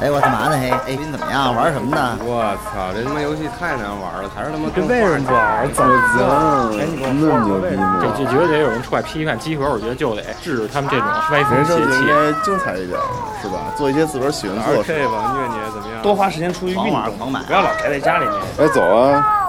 哎，我干嘛呢？嘿，哎，你怎么样？玩什么呢？我操，这他妈游戏太难玩了，还是他妈这为什么不哎玩？怎么我哎操你给我，那么牛逼这吗？就觉得得有人出来批判集合，我觉得就得制止他们这种歪风人生邪就应气。该精彩一点，是吧？做一些自个儿喜欢做的事。 RK 吧，虐你怎么样？多花时间出去运狂玩动，狂买不要老宅在家里面。哎，走啊！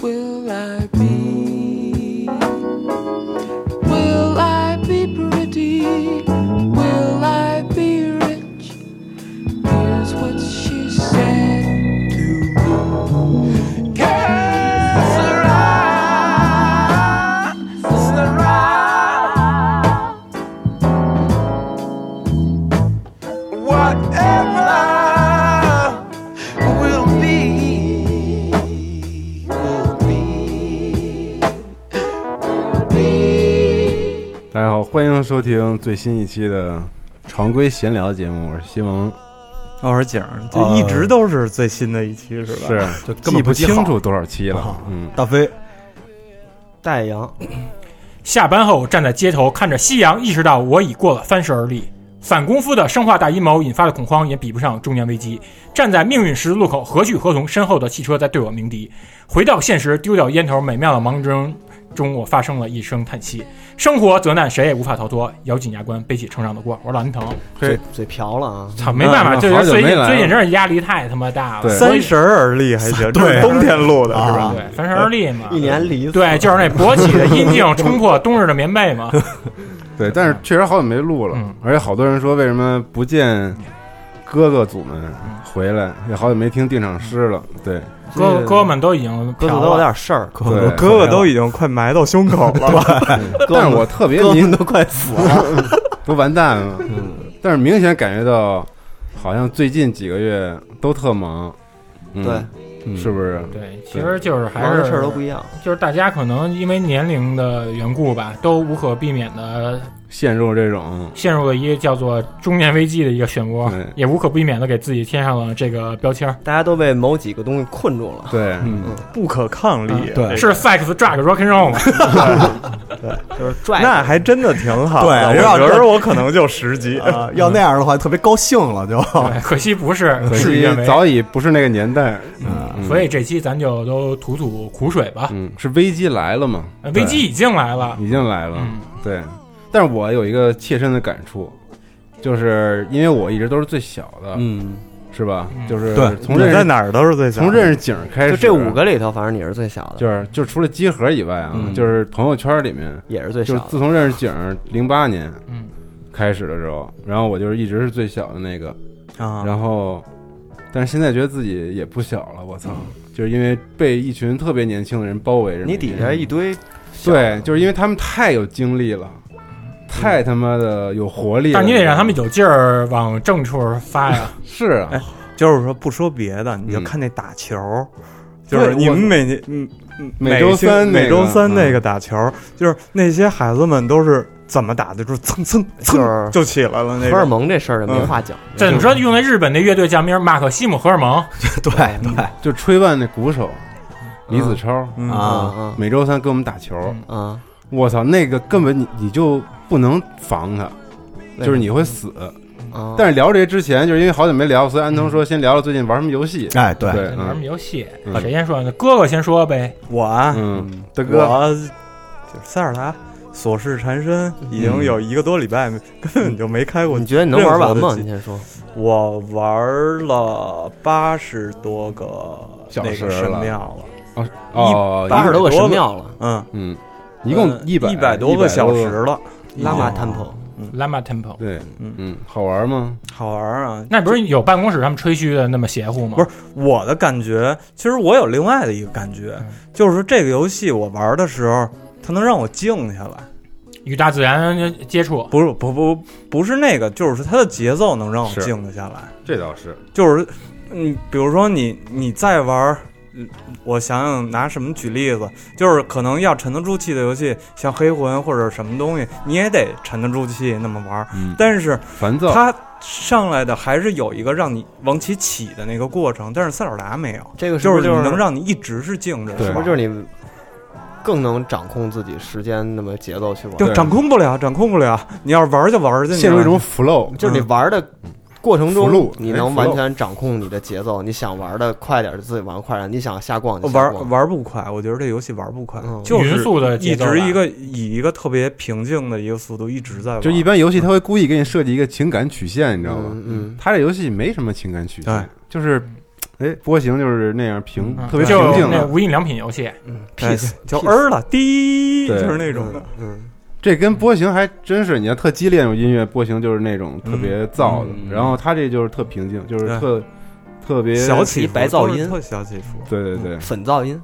Will I be? Will I be pretty? Will I be rich? Here's what she said to me. Que sera? Sera? Whatever will be, will be, will be. 大家好，欢迎收听最新一期的常规闲聊节目，我是西蒙，我是景儿，这一直都是最新的一期是吧？是就根记本不记清好楚。多少期了啊，嗯，大飞，戴阳，下班后站在街头看着夕阳，意识到我已过了三十而立。反功夫的生化大阴谋引发的恐慌也比不上中年危机。站在命运十字路口，何去何从？身后的汽车在对我鸣笛。回到现实，丢掉烟头，美妙的忙中中，我发生了一声叹息。生活责难，谁也无法逃脱。咬紧牙关，背起成长的锅。我是老林腾，嘴嘴瓢了啊！操，没办法，那这好人久最没近来最近了真是压力太他妈大了。对所以三十而立还行，这是冬天录的啊啊是吧？对三十而立嘛，一年离一次对，就是那勃起的阴茎冲破冬日的棉被嘛。对，但是确实好久没录了，嗯而且好多人说为什么不见哥哥组们回来，也好久没听定场诗了，对哥这哥们都已经哥嫖子了都有点事儿，哥对，哥哥都已经快埋到胸口了，但是我特别哥明们都快死了。 都完蛋了，但是明显感觉到好像最近几个月都特忙，嗯、对，，是不是？对，其实就是还玩是的事儿都不一样。就是大家可能因为年龄的缘故吧，都无可避免的陷入这种陷入了一个叫做中年危机的一个漩涡对，也无可避免的给自己贴上了这个标签儿。大家都被某几个东西困住了。对，嗯，不可抗力。啊嗯是 sex drug rock and roll 吗？就是拽着，那还真的挺好对的。我要觉得我可能就十级，啊要那样的话，特别高兴了就。对可惜不是，可事与惜愿违。早已不是那个年代，嗯，所以这期咱就都吐吐苦水吧，嗯，是危机来了嘛？呃危机已经来了对。已经来了，嗯，对。但是我有一个切身的感触，就是因为我一直都是最小的，嗯，是吧？嗯就是从你认在识哪儿都是最强。从认识景儿开始，就这五，个里头，反正你是最小的，就是就除了集合以外啊，嗯就是朋友圈里面，也是最就是小的。自从认识景儿零八年嗯开始的时候，然后我就是一直是最小的那个，啊，然后，但是现在觉得自己也不小了，我操！就是因为被一群特别年轻的人包围着，嗯你底下一堆小的，对，就是因为他们太有精力了，太他妈的有活力了。但你得让他们有劲儿往正处发呀。是啊，就是说不说别的，你就看那打球，就是嗯对你们我每年嗯嗯每周三星每周三那个嗯那个打球，就是那些孩子们都是怎么打的，就是蹭蹭就是蹭就起来了那荷尔种。蒙这事儿就没话讲。怎么说？用那日本那乐队叫名儿马克西姆荷尔蒙，对对就吹腕那鼓手李子超，嗯啊，啊每周三跟我们打球，嗯啊啊！我操，那个根本你你就不能防他，嗯就是你会死。啊，但是聊这些之前，就是因为好久没聊，所以安藤说先聊聊最近玩什么游戏。哎对，对，玩什嗯么游戏？嗯谁先说呢？哥哥先说呗。我啊，嗯，大哥，我就是塞尔达琐事缠身，已经有一个多礼拜没根本就没开过嗯你。觉得你能玩完任吗何？的你先说。我玩了八十多个小那个时神了庙了，哦哦，八十多多个个神庙了，嗯，呃嗯，一共一一百百多个小时。了，拉玛 temple 拉玛 temple，对，嗯嗯，好玩吗？好玩啊！那不是有办公室他们吹嘘的那么邪乎吗？不是我的感觉，其实我有另外的一个感觉，就是说这个游戏我玩的时候，它能让我静下来。与大自然接触。不是不不不是那个，就是它的节奏能让我是静得下来。这倒是，就是，嗯，比如说你你再玩儿，嗯我想想拿什么举例子，就是可能要沉得住气的游戏，像黑魂或者什么东西，你也得沉得住气那么玩儿。嗯，但是烦躁，它上来的还是有一个让你往起起的那个过程，但是塞尔达没有，这个是就不是是你就是能让你一直是静着，对是是不吧是？就是你更能掌控自己时间那么节奏去玩？就掌控不了，掌控不了。你要是玩儿就玩儿去，陷入一种你 flow，就是嗯你玩的过程嗯中 flow，，你哎能 flow 完全掌控你的节奏。你想玩的快点儿就自己玩快点儿，你想瞎逛就哦玩瞎儿逛。玩儿不快，我觉得这游戏玩儿不快，嗯就是匀速的节一奏吧直一个以一个特别平静的一个速度一直在玩，就一般游戏它会故意给你设计一个情感曲线，你知道吗？嗯嗯，它这游戏没什么情感曲线，就是哎波形就是那样平，嗯特别平就静那的。无印良品游戏，哎嗯 peace 叫儿了，滴，就对是那种的嗯。嗯，这跟波形还真是，你要特激烈那种音乐，波形就是那种特别燥的，嗯嗯然后它这就是特平静，就是对特特别小起一伏白噪都是音特小起伏。对对对，粉噪音，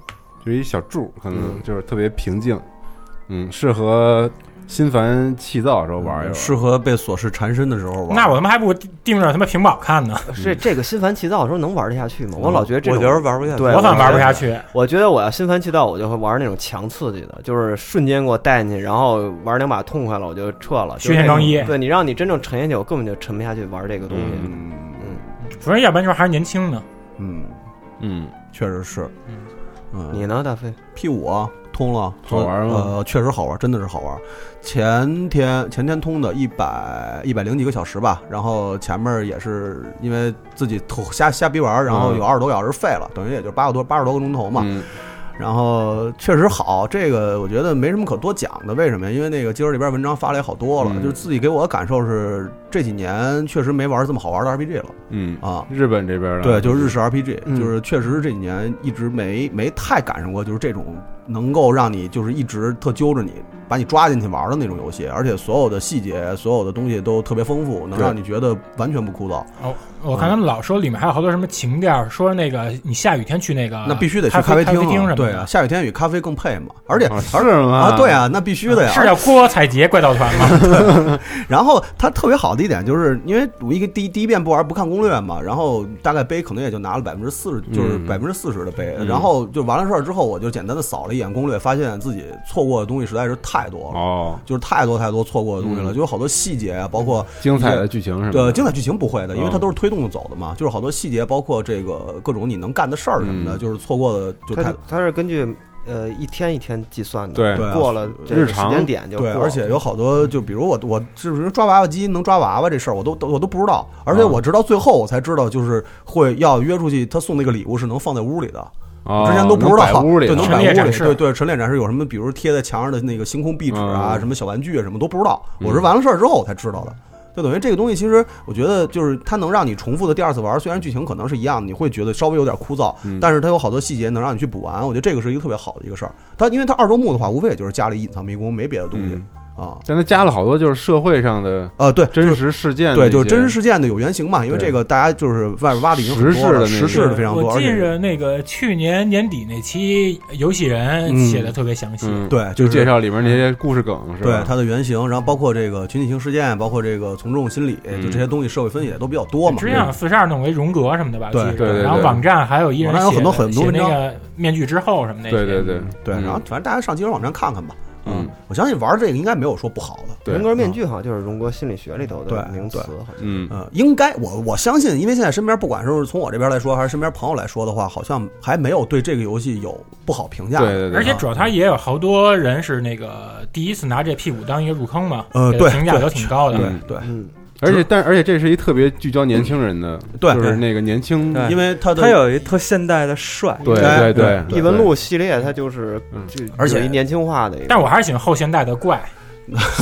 就是一小柱，可能嗯就是特别平静，嗯，适合心烦气躁的时候玩一玩。嗯适合被琐事缠身的时候玩。那我他妈还不如盯着他妈屏保看呢，是这个心烦气躁的时候能玩得下去吗？我老觉得这嗯我种觉得玩不下去，对我反正玩不下去。我觉得我要心烦气躁，我就会玩那种强刺激的，就是瞬间给我带进去，然后玩两把痛快了，我就撤了。虚线装一就是那种对你让你真正沉下去，我根本就沉不下去玩这个东西。嗯主要要不然就是还是年轻呢。嗯，嗯，确实是。嗯你呢，大飞？ ，P 五啊通了，好玩吗呃，确实好玩，真的是好玩。前天前天通的，一百一百零几个小时吧。然后前面也是因为自己偷瞎瞎逼玩儿，然后有二十多个小时废了，等于也就八个多八十多个钟头嘛。嗯然后确实好，这个我觉得没什么可多讲的。为什么呀？因为那个今儿里边文章发了也好多了，嗯就是自己给我的感受是这几年确实没玩这么好玩的 RPG 了嗯，啊。日本这边的对，就是日式 RPG，、嗯就是确实是这几年一直没没太赶上过，就是这种能够让你就是一直特揪着你，把你抓进去玩的那种游戏，而且所有的细节、所有的东西都特别丰富，能对让你觉得完全不枯燥。哦，我看他们老说里面还有好多什么情调，说那个你下雨天去那个，那必须得去啊咖啡咖啡啊什么对啊，的，下雨天与咖啡更配嘛，而且、啊是而吗？啊，对，啊，那必须的呀，是叫郭采洁怪盗团吗？然后它特别好的一点就是，因为我一个第一第一遍不玩不看攻略嘛，然后大概杯可能也就拿了百分之四十，就是嗯百分之四十的杯，嗯然后就完了事儿之后，我就简单的扫了一眼攻略，发现自己错过的东西实在是太多了，哦，就是太多太多错过的东西嗯了，就有好多细节啊，包括精彩的剧情是吧？呃，精彩剧情不会的，因为它嗯都是推动着走的嘛，就是好多细节，包括这个各种你能干的事儿什么的，嗯就是错过的就太它它是根据呃一天一天计算的，对对啊过了这日个时常间点就过对，了。嗯而且有好多，就比如我我就是抓娃娃机能抓娃娃这事儿，我都都我都不知道，而啊且我直到最后我才知道，就是会要约出去，他送那个礼物是能放在屋里的，哦之前都不知道能摆屋里对，的能陈摆列屋展里，示对对，陈列展示有什么，比如贴在墙上的那个星空壁纸啊，嗯什么小玩具啊，什么都不知道，我是嗯完了事儿之后我才知道的。就等于这个东西，其实我觉得就是它能让你重复的第二次玩，虽然剧情可能是一样的，你会觉得稍微有点枯燥，嗯但是它有好多细节能让你去补完。我觉得这个是一个特别好的一个事儿。它因为它二周目的话，无非也就是加了一隐藏迷宫，没别的东西、嗯啊。但它加了好多就是社会上的呃，对，真就是实事件的一对，些，就是真实事件的有原型嘛，因为对这个大家就是外边挖的已经很多时事的那了，实个事的非常多，我而记且着那个去年年底那期游戏人写的特别详细，嗯，对，就是介绍里面那些故事梗是对吧？它的原型，然后包括这个群体性事件，包括这个从众心理，嗯就这些东西社会分野都比较多嘛。之前好像四十二弄为荣格什么的吧，对我记着对对对然后网站还有一人网写站有很多很多写文章那个面具之后什么那些，对对对对，嗯然后反正大家上集合网站看看吧。嗯，我相信玩这个应该没有说不好的。对荣格面具好像就是荣格心理学里头的对名词对，好像嗯呃，应该我我相信，因为现在身边不管是从我这边来说，还是身边朋友来说的话，好像还没有对这个游戏有不好评价的。对对对，而且主要他也有好多人是那个第一次拿这 P 五当一个入坑嘛，呃给对评价对都挺高的。对对嗯，而且但而且这是一特别聚焦年轻人的，对就是那个年轻，对因为它的它 有一特现代的帅，对哎对对，异闻录系列它就是嗯就而且有一年轻化的一个，但我还是喜欢后现代的怪，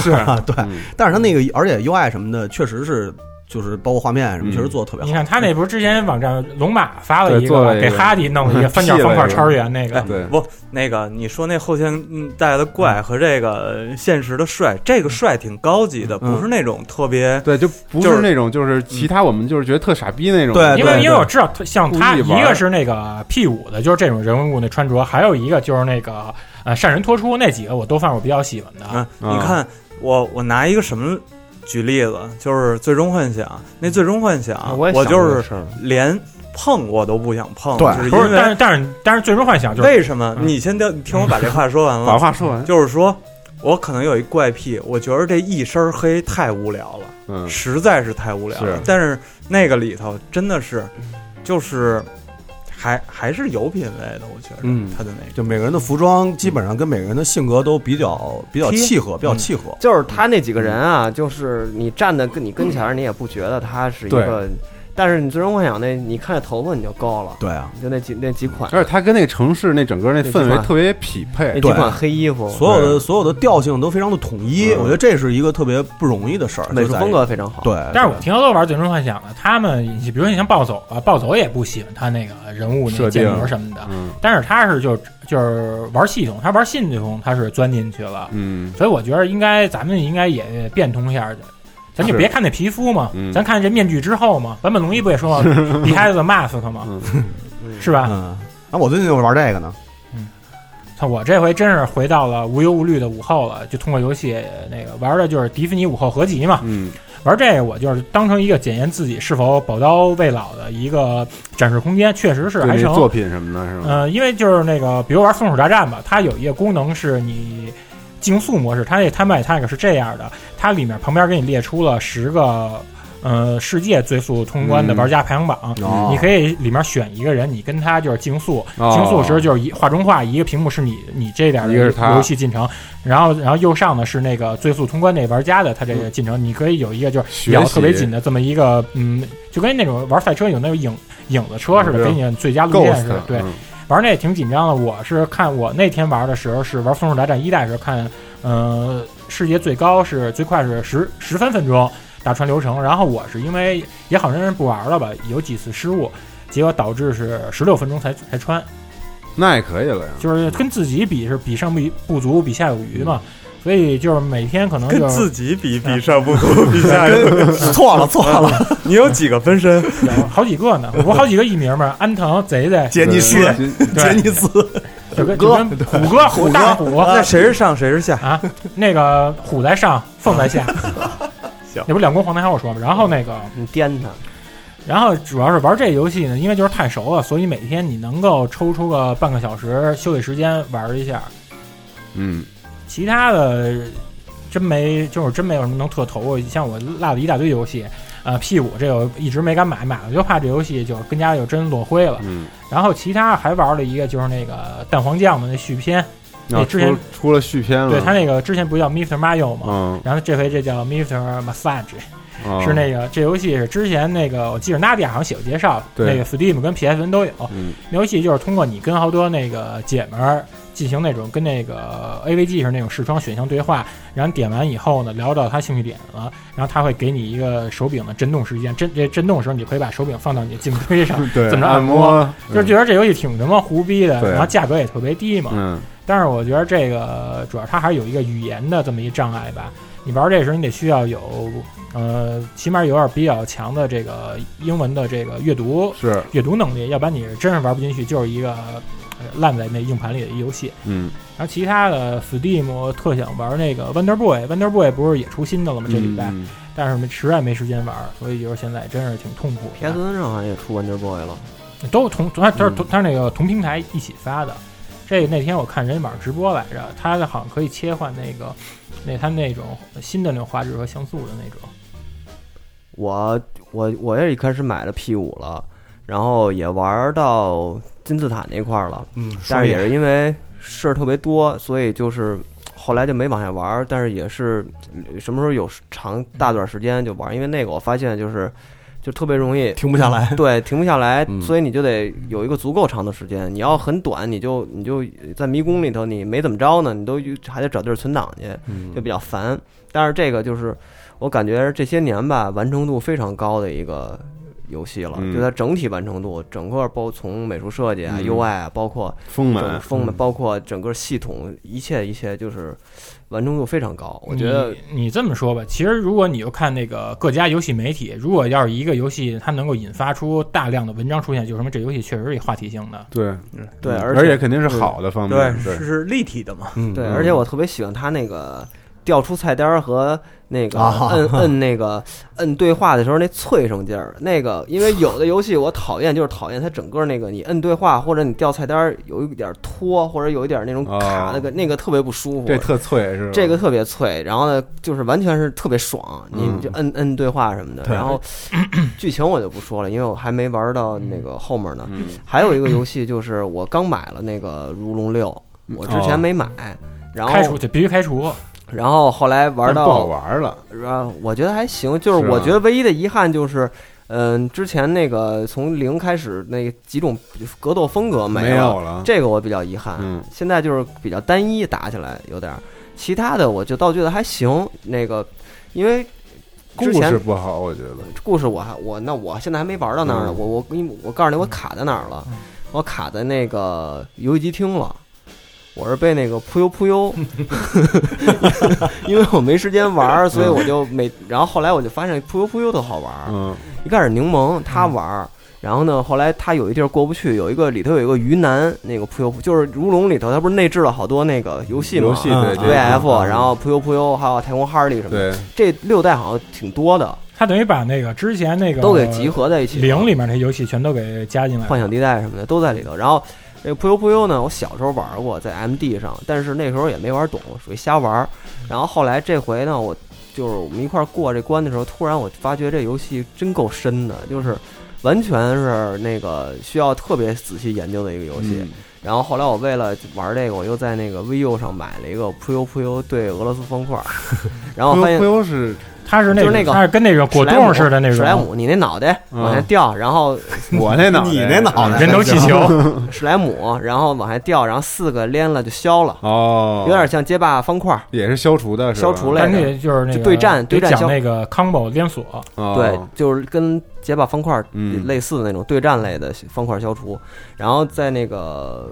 是啊，对，嗯但是它那个，而且 UI 什么的，确实是就是包括画面什么，嗯确实做的特你别好。看他那不是之前网站龙马发了一对做个了一给个哈迪弄了 一个翻角方块超圆那个哎，对不，那个你说那后现代的怪和这个现实的帅，这个帅挺高级的，嗯不是那种特别对，就不就是是那种就是其他我们就是觉得特傻逼那种，对因对为因为我知道他像他故意一玩个是那个 P 五的，就是这种人物那嗯穿着，还有一个就是那个呃善人脱出那几个我都算是我比较喜欢的。啊。你看我我拿一个什么举例子，就是《最终幻想》。那《最终幻想》啊我我也想过就这是事儿连碰我都不想碰，对就是不是因为但是但是但是最终幻想就是为什么？嗯你先听，你听我把这 话说完了。嗯把话说完，就是说，我可能有一怪癖，我觉得这一身黑太无聊了，嗯，实在是太无聊了。是但是那个里头真的是，嗯就是还还是有品位的，我觉得、嗯他的那个就每个人的服装基本上跟每个人的性格都比较比较贴契合，嗯比较契合。就是他那几个人啊，就是你站在跟你跟前儿，你也不觉得他是一个，但是你最终幻想那，你看这头发你就高了，对啊，就那几那几款而且它跟那个城市那整个那氛那句围话特别匹那配，几对款黑衣服，所有的所有的调性都非常的统一，嗯我觉得这是一个特别不容易的事儿。美就术在风格非常好。对，但是我听都玩最终幻想的，他们比如说你像暴走啊，暴走也不喜欢他那个人物那设个定建模什么的，嗯但是他是就就是玩系统，他玩系统他是钻进去了，嗯所以我觉得应该咱们应该也变通一下去。咱就是别看那皮肤嘛，嗯咱看这面具之后嘛。坂本龙一不也 说嘛，behind the mask 嘛，是吧？啊嗯，那我最近就玩这个呢，看我这回真是回到了无忧无虑的午后了，就通过游戏那个玩的就是迪士尼午后合集嘛。嗯，玩这个我就是当成一个检验自己是否宝刀未老的一个展示空间，确实是对还那成。作品什么的是吗？呃，因为就是那个，比如玩《松鼠大战》吧，它有一个功能是你竞速模式，它那 Time by Attack 是这样的，它里面旁边给你列出了十个呃世界最速通关的嗯玩家排行榜。哦你可以里面选一个人，你跟他就是竞速，哦竞速时候就是一画中画，一个屏幕是你你这边的一个是他游戏进程，然后然后右上呢是那个最速通关那玩家的他这个进程，你可以有一个就是学咬特别习紧的这么一个嗯，就跟那种玩赛车有那种影影子车似的，嗯给你最佳路线似的 Ghost，，对，嗯玩那也挺紧张的。我是看我那天玩的时候是玩《风鼠大战一代》的时候看，呃，世界最高是最快是十十三分钟打穿流程，然后我是因为也好长时间不玩了吧，有几次失误，结果导致是十六分钟才才穿，那也可以了呀。就是跟自己比是比上不不足，比下有余嘛。嗯所以就是每天可能跟就是自己比比上不足，比下有 嗯错了错了，你有几个分身？有好几个呢，我好几个艺名嘛，安藤、贼贼、杰尼斯，啊 杰尼斯，就跟就跟虎哥、虎大 虎，那谁是上谁是下？啊，那个虎在上，凤在下。 那不两公黄台还我说吗？然后那个，你颠他，然后主要是玩这游戏呢，因为就是太熟了，所以每天你能够抽出个半个小时休息时间玩一下，嗯，其他的真没，就是真没有什么能特投。像我落了一大堆游戏，呃，屁股这个一直没敢买，买了就怕这游戏就跟家就真落灰了。嗯，然后其他还玩了一个，就是那个蛋黄酱的那续篇，那那之前出出了续篇了，对他那个之前不叫 Mr. Mario 吗？嗯然后这回这叫 Mr. Massage，、嗯是那个这游戏是之前那个我记得 Nadia 好像写过介绍，对那个 Steam 跟 PSN 都有。 嗯那游戏就是通过你跟好多那个姐们儿进行那种跟那个 AVG 是那种视窗选项对话，然后点完以后呢，聊到他兴趣点了，然后他会给你一个手柄的震动时间，震这震动的时候，你就可以把手柄放到你的颈椎上，对怎么着按摩，摩就是觉得这游戏挺他妈胡逼的，对啊然后价格也特别低嘛。嗯但是我觉得这个主要它还是有一个语言的这么一障碍吧。你玩这时候你得需要有，呃，起码有点比较强的这个英文的这个阅读嗯是阅读能力，要不然你是真是玩不进去，就是一个呃烂在那硬盘里的一游戏。嗯然后其他的 Steam 我特想玩那个 Wonder Boy，Wonder Boy 不是也出新的了吗？这礼拜，嗯但是实在没时间玩，所以就是现在真是挺痛苦的。 PSN 上好像也出 Wonder Boy 了，都同它它是嗯同它是那个同平台一起发的。这那天我看人网上直播来着，它好像可以切换那个那它那种新的那种画质和像素的那种。我我我也一开始买了 P 五了，然后也玩到金字塔那块儿了，嗯，但是也是因为事儿特别多，所以就是后来就没往下玩儿。但是也是呃什么时候有长大段时间就玩儿，因为那个我发现就是就特别容易停不下来。对，停不下来，嗯所以你就得有一个足够长的时间。你要很短，你就你就在迷宫里头，你没怎么着呢，你都还得找地儿存档去，嗯就比较烦。但是这个就是我感觉这些年吧，完成度非常高的一个游戏了，嗯就它整体完成度，整个包从美术设计啊、嗯 UI 啊，包括丰整个满风，包括整个系统，一切一切就是完成度非常高。我觉你得你这么说吧，其实如果你就看那个各家游戏媒体，如果要是一个游戏它能够引发出大量的文章出现，就是什么这游戏确实是一话题性的。对对，嗯而而肯定是好的方面，是是立体的嘛？嗯对，嗯而且我特别喜欢他那个调出菜单儿和那个啊摁摁那个摁对话的时候那脆生劲儿，那个因为有的游戏我讨厌就是讨厌它整个那个你摁对话或者你调菜单儿有一点拖或者有一点那种卡哦那个那个特别不舒服，这特脆是吧？这个特别脆，然后呢，就是完全是特别爽，你嗯就摁摁对话什么的。对然后剧情我就不说了，因为我还没玩到那个后面呢。还有一个游戏就是我刚买了那个《如龙六》，我之哦前没买，然开除后得必须开除。然后后来玩但不好到，玩了。呃我觉得还行，就是是我吧觉得唯一的遗憾就是。嗯，之前那个从零开始那几种格斗风格没有有了这个我比较遗憾。啊嗯现在就是比较单一，打起来有点儿。其他的我就倒觉得还行。那个，因为故之前事不好，我觉得故事我还我那我现在还没玩到那儿呢。嗯我我因为我告诉你，我卡在哪儿了？我卡在那个游戏机厅了。我是被那个扑悠扑 悠， 因为我没时间玩儿，所以我就每然后后来我就发现扑悠扑悠特好玩儿，嗯一开始柠檬他玩儿，然后呢，后来他有一地儿过不去，有一个里头有一个鱼腩那个扑悠扑，就是如龙里头，他不是内置了好多那个游戏吗？游戏嗯对嗯这个 VF，嗯然后扑悠扑悠，还有太空哈利什么的，对这六代好像挺多的，他等于把那个之前那个都给集合在一起了。零里面那些游戏全都给加进来幻了。想地带什么的都在里头。然后这个扑悠扑悠呢，我小时候玩过，在 MD 上，但是那时候也没玩懂，属于瞎玩儿。嗯然后后来这回呢，我就是我们一块儿过这关的时候，突然我发觉这游戏真够深的，就是完全是那个需要特别仔细研究的一个游戏。嗯然后后来我为了玩这个，我又在那个 VU 上买了一个扑悠扑悠对俄罗斯方 块儿，然后忽哦发现悠忽悠是他是那就是那个他是跟那个果冻似的那史莱种，姆，你那脑袋往下嗯掉，然后我那 脑袋，你那脑袋人头气球。史莱姆，然后往下掉，然后四个连了就消了。哦，有点像街霸方块儿。也是消除的是吧，消除类但是那就是那个就对战得对战讲消那个 combo 连锁，哦对，就是跟街霸方块儿嗯类似的那种对战类的方块消除。然后在那个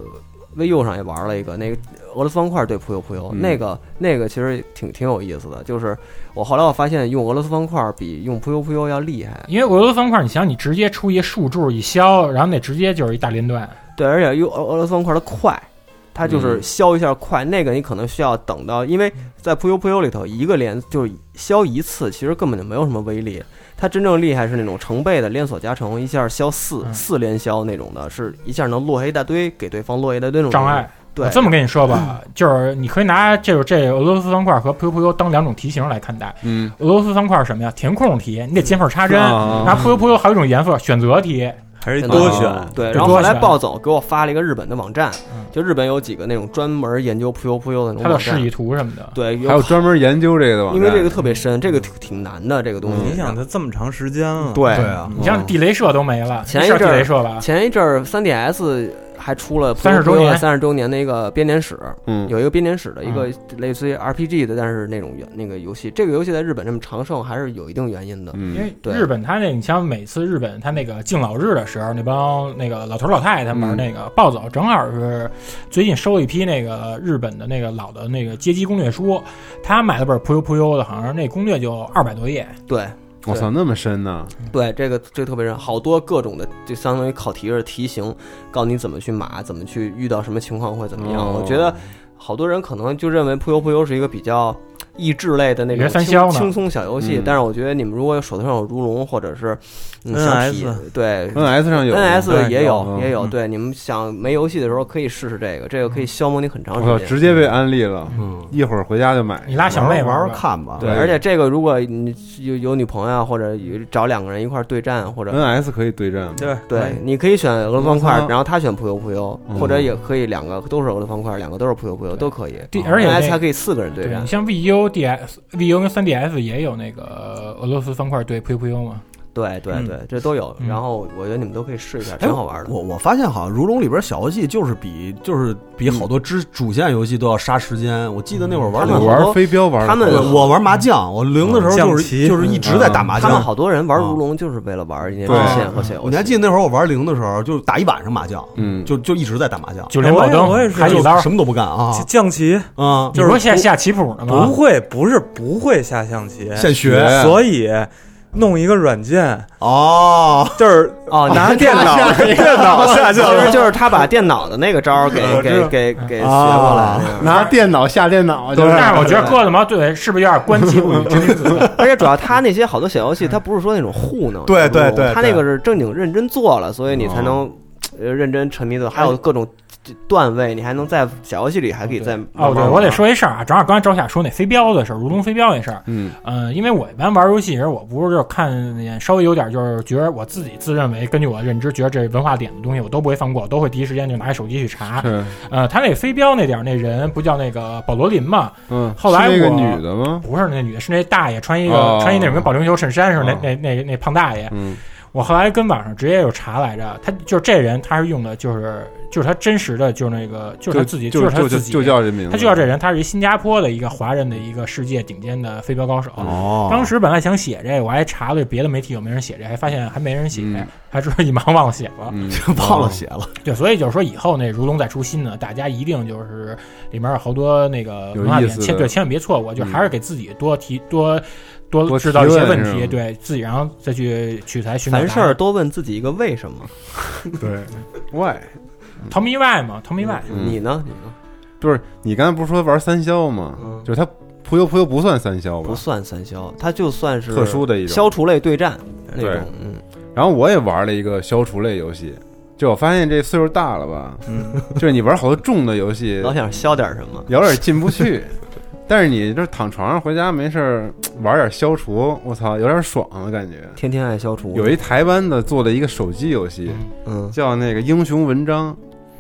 VU 上也玩了一个那个俄罗斯方块对扑悠扑悠，嗯那个那个其实挺挺有意思的。就是我后来我发现用俄罗斯方块儿比用扑悠扑悠要厉害，因为俄罗斯方块，你想你直接出一竖柱一消，然后那直接就是一大连段，对，而且用俄俄罗斯方块儿的快。它就是嗯消一下快，那个你可能需要等到，因为在扑悠扑悠里头，一个连就是消一次，其实根本就没有什么威力。它真正厉害是那种成倍的连锁加成，一下消四、嗯四连消那种的，是一下能落下一大堆，给对方落下一大堆那种障碍。。嗯对嗯我，这么跟你说吧， 就是你可以拿就是这俄罗斯方块和扑悠扑悠当两种题型来看待。嗯，俄罗斯方块是什么呀？填空题，你得捡粉插针。嗯啊拿扑悠扑悠还有一种颜色选择题，还是嗯真的多是选。对，就然后后多来选暴走给我发了一个日本的网站嗯，就日本有几个那种专门研究扑悠扑悠的那种它的网示站意。图什么的。对，有还有专门研究这个的网因站，嗯为这个特别深，这个挺挺难的这个东嗯西。你想，它这么长时间了，对对啊，你像地雷社都没了，前你一上地阵儿雷社吧，前一阵儿 3DS 还出了30周年三十周年那个编年史，嗯有一个编年史的一个类似于 RPG 的，但是那种原那个游戏，这个游戏在日本这么长盛还是有一定原因的。因嗯为对日本他那，你像每次日本他那个敬老日的时候，那帮那个老头老太太他们嗯那个暴走，正好是最近收了一批那个日本的那个老的那个街机攻略书，他买了本扑悠扑悠的，好像那攻略就二百多页，对我操，那么深呢？对，这个这个特别是好多各种的，就相当于考题似的题型，告诉你怎么去码，怎么去遇到什么情况会怎么样。哦我觉得好多人可能就认为扑悠扑悠是一个比较益智类的那以为种三消轻呢轻松小游戏嗯，但是我觉得你们如果手头上有如龙或者是嗯想体 NS 对 NS 上有 NS 对嗯也有有嗯也有，对你们想没游戏的时候可以试试这个，这个可以消磨你很长我操，时间。直接被安利了，嗯，一会儿回家就买。你拉小妹玩玩玩玩，看吧。哎对而且这个如果你有有女朋友或者有找两个人一块儿对战或者。 NS 可以嗯对战吗？对对，，你可以选俄罗斯方块俄罗斯方，然后他选扑悠扑悠，嗯或者也可以两个都是俄罗斯方块，两个都是扑悠扑悠，都可以。对而且 NS 那还可以四个人对对战你，像 VU、DS、VU 跟 3DS 也有那个俄罗斯方块对扑悠扑悠嘛，对对嗯对，这都有。嗯然后我觉得你们都可以试一下，哎挺好玩的。我我发现好像《如龙》里边小游戏就是比就是比好多支主线游戏都要杀时间。我记得那会儿玩他那们会我儿玩好多飞镖玩的他们多我我玩麻将，我零的时候就象棋是就是一直在打麻嗯他们将。好多人玩啊如龙就是为了玩那对支线和小游戏。嗯我还记得那会儿我玩零的时候，就打一晚上麻将，嗯，就就一直在打麻将，九连我宝也我也灯、是海底就捞，什么都不干啊降棋啊！你就是不是现在下棋谱呢吗不？会，不是不会下象棋，现学所以弄一个软件，哦，就是 哦，你拿电脑电脑下其降，实就是他把电脑的那个招儿给嗯我知道给给给学啊过来的。拿电脑下电脑，就是但是我觉得鸽子毛对是不是有点关机不语殖民子孙？而且主要他那些好多小游戏，他不是说那种糊弄，对对对他那个是正经认真做了，所以哦你才能呃认真沉迷的。还有各种段位，你还能在小游戏里还可以再哦，慢慢对，玩我得说一事儿啊，正好刚才赵夏说那飞镖的事儿，如龙飞镖那事儿，嗯，嗯，因为我一般玩游戏时，我不是就是看见稍微有点就是觉得我自己自认为根据我的认知，觉得这文化点的东西我都不会放过，我都会第一时间就拿起手机去查。是呃，他那个飞镖那点儿那人不叫那个保罗林嘛？嗯，后来是那个我女的吗？不是那女的，是那大爷穿一个、哦穿一那种跟保龄球衬衫似的、哦那那那那胖大爷。嗯我后来跟网上直接就查来着，他就是这人，他是用的就是就是他真实的就是那个就是他自己就就是他就就自己就叫这名字，他就叫这人，他是一新加坡的一个华人的一个世界顶尖的飞镖高手。哦 当时本来想写这，我还查了别的媒体有没有人写这，还发现还没人写，嗯还说一忙忘了写了。嗯，忘了写了，对，所以就是说以后那如龙再出新的，大家一定就是里面有好多那个文化有意点，思的千对千万别错过，就嗯还是给自己多提多多多制造一提些问问是题，吗对自己然后再去取材寻找凡答事案儿多问自己一个为什么。对，why？逃迷外嘛，逃迷外。嗯你呢？你呢？就是你刚才不是说玩三消吗？嗯就是它扑悠扑悠不算三消吧不？算三消，他就算是特殊的一种哎消除类对战那对种。嗯，然后我也玩了一个消除类游戏，就我发现这岁数大了吧，嗯，就是你玩好多重的游戏，啊老想消点什么。有点进不去。但是你这躺床上回家没事儿玩点消除，我操，有点爽的感觉。天天爱消除，有一台湾的做的一个手机游戏，嗯，叫那个《英雄文章》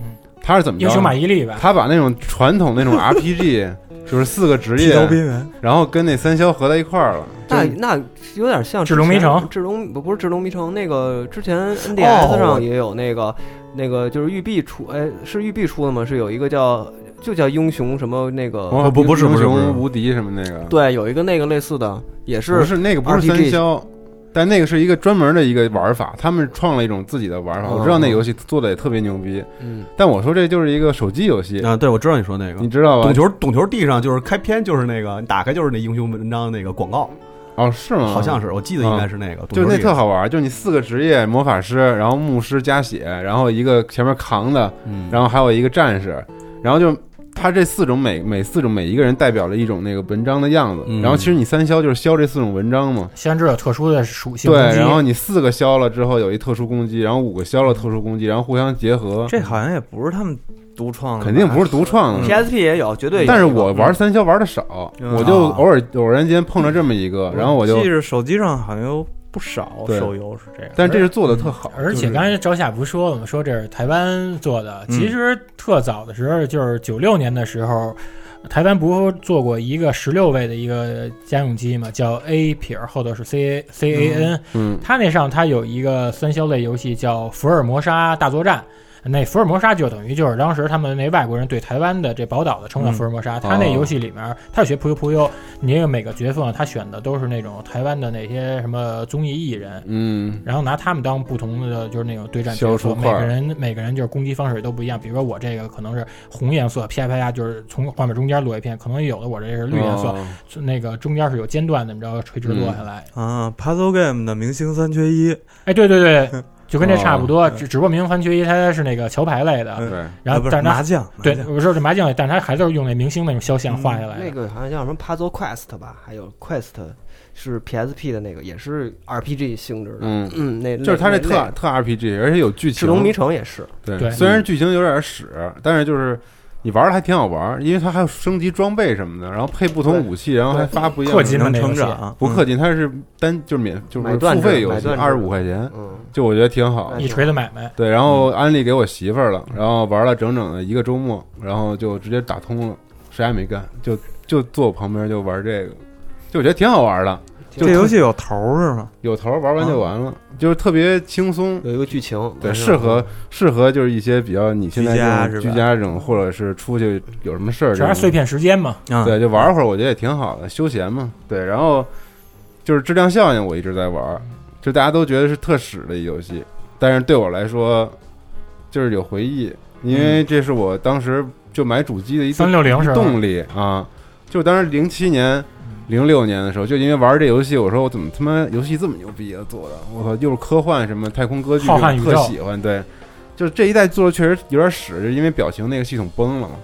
嗯，他是怎么着英呢？雄马伊琍吧，他把那种传统那种 RPG，就是 四个职业，员，然后跟那三消合在一块儿了。那那有点像智龙迷城之前智龙不不是智龙迷城，那个之哦前 NDS 上也有那个、那个就是育碧出，哎，是育碧出的吗？是有一个叫就叫英雄什么那个，哦不不是英不是不是雄无敌什么那个，对，有一个那个类似的，也不是哦是那个不是 RPG 三消，但那个是一个专门的一个玩法，他们创了一种自己的玩法。嗯我知道哦那游戏做的也特别牛逼，嗯，但我说这就是一个手机游戏，啊，对，我知道你说那个你。嗯知道吧懂？球，懂球地上就是开篇就是那个，你打开就是那英雄文章那个广告，哦，是吗？好像是。是，我记得应该是那个。嗯就是那特好，好玩，就是你四个职业，魔法师，然后牧师加血，然后一个前面扛的，嗯，然后还有一个战士，然后就他这四种每每四种每一个人代表了一种那个文章的样子，嗯然后其实你三消就是消这四种文章嘛，虽然这有特殊的属性对，攻击，然后你四个消了之后有一特殊攻击，然后五个消了特殊攻击，然后互相结合，这好像也不是他们独创的吧，肯定不是独创的。 PSP 也有，嗯绝对有。但是我玩三消玩的少，嗯我就啊偶尔偶然间碰着这么一个，嗯然后我就记，着手机上好像有不少对手游是这样，但这是做的特好，嗯而且就是嗯刚才赵夏不是说了吗？说这是台湾做的，其实特早的时候，就是九六年的时候，台湾不是做过一个十六位的一个家用机嘛，叫 A 撇儿后头是 C A C A N，、嗯，它那上它有一个三消类游戏叫《福尔摩沙大作战》。那福尔摩沙就等于就是当时他们那外国人对台湾的这宝岛的称叫嗯福尔摩沙，他那哦游戏里面他学扑悠扑悠，你那个每个角色他选的都是那种台湾的那些什么综艺艺人，嗯，然后拿他们当不同的就是那种对战消角除色，每块个儿人每个人就是攻击方式都不一样。比如说我这个可能是红颜色，啪啪啪就是从画面中间落一片；可能有的我这是绿啊颜色，哦嗯就那个中间是有间断，怎么着垂直落下来。啊，Puzzle Game 的明星三缺一，哎，对对对，就跟这差不哦多，只只不过《明星番缺一》它是那个桥牌类的，嗯对，啊然后不是但是麻它将，麻对将嗯我说是麻将类，但是它还都是用那明星那种肖像画下来那的。个好像叫什么 Puzzle Quest 吧，还有 Quest 是 PSP 的那个，也是 RPG 性质的。嗯嗯，那就是它这那特特 RPG，而且有剧智情，龙迷城也是，对，对嗯虽然剧情有点屎，但是就是你玩的还挺好玩，因为它还有升级装备什么的，然后配不同武器，然后还发不一样氪的。金嗯嘛能那游嗯成戏长，不氪金，它是单就是免就是买断付制费游戏，买断制二十五块钱，嗯，就我觉得挺好哎。一锤子买卖，对，然后安利给我媳妇儿了，然后玩了整整的一个周末，然后就直接打通了，啥也没干，就就坐我旁边就玩这个，就我觉得挺好玩的，这游戏有头儿是吗？有头儿玩完就完了，就是特别轻松。有一个剧情，嗯对，完事适儿合适合就是一些比较你现在居家这是种吧居家这种，或者是出去有什么事儿，全是碎片，片时间嘛。啊，对，就玩会儿，我觉得也挺好的，休闲嘛。对，然后就是质量效应，我一直在玩，就大家都觉得是特屎的一游戏，但是对我来说就是有回忆，因为这是我当时就买主机的一360一是吧啊动力啊，就当时零七年。零六年的时候，就因为玩这游戏，我说我怎么他妈游戏这么牛逼啊做的？我靠，又是科幻什么太空歌剧，浩瀚宇我特宙喜欢。对，就是这一代做的确实有点屎，就是因为表情那个系统崩了嘛。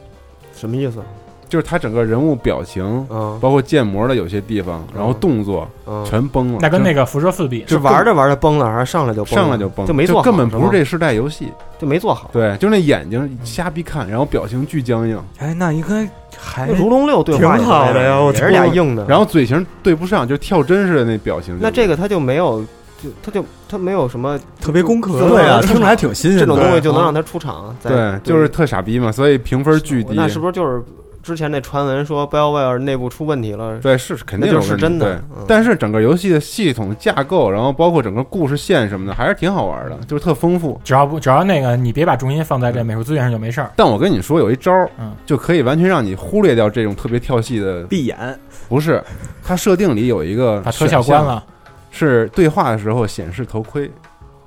什么意思？就是他整个人物表情，嗯包括建模的有些地方，然后动作嗯，全崩了。那跟那个辐射四比，是玩着玩着崩了，还是上来就崩了上来就崩了，就没做好，根本不是吗这世代游戏。就没做好。对，就是那眼睛瞎逼看，然后表情巨僵硬，哎，那应该还那如龙六对哎话也挺好的呀我也是俩硬的。然后嘴型对不上，就是跳针似的那表情。那这个他就没有，就他就他没有什么特别工科对啊，听着还挺新这鲜的。种东西就能让他出场。在对，就是特傻逼嘛，所以评分巨低。那是不是就是之前那传闻说 BioWare 内部出问题了？对，是肯定有那就是问题真的对嗯但是整个游戏的系统架构，然后包括整个故事线什么的，还是挺好玩的，就是特丰富。只要不只要那个你别把重心放嗯在这美术资源上就没事儿。但我跟你说，有一招，嗯，就可以完全让你忽略掉这种特别跳戏的。闭眼，不是，它设定里有一个把特效选项关，了，是对话的时候显示头盔。啊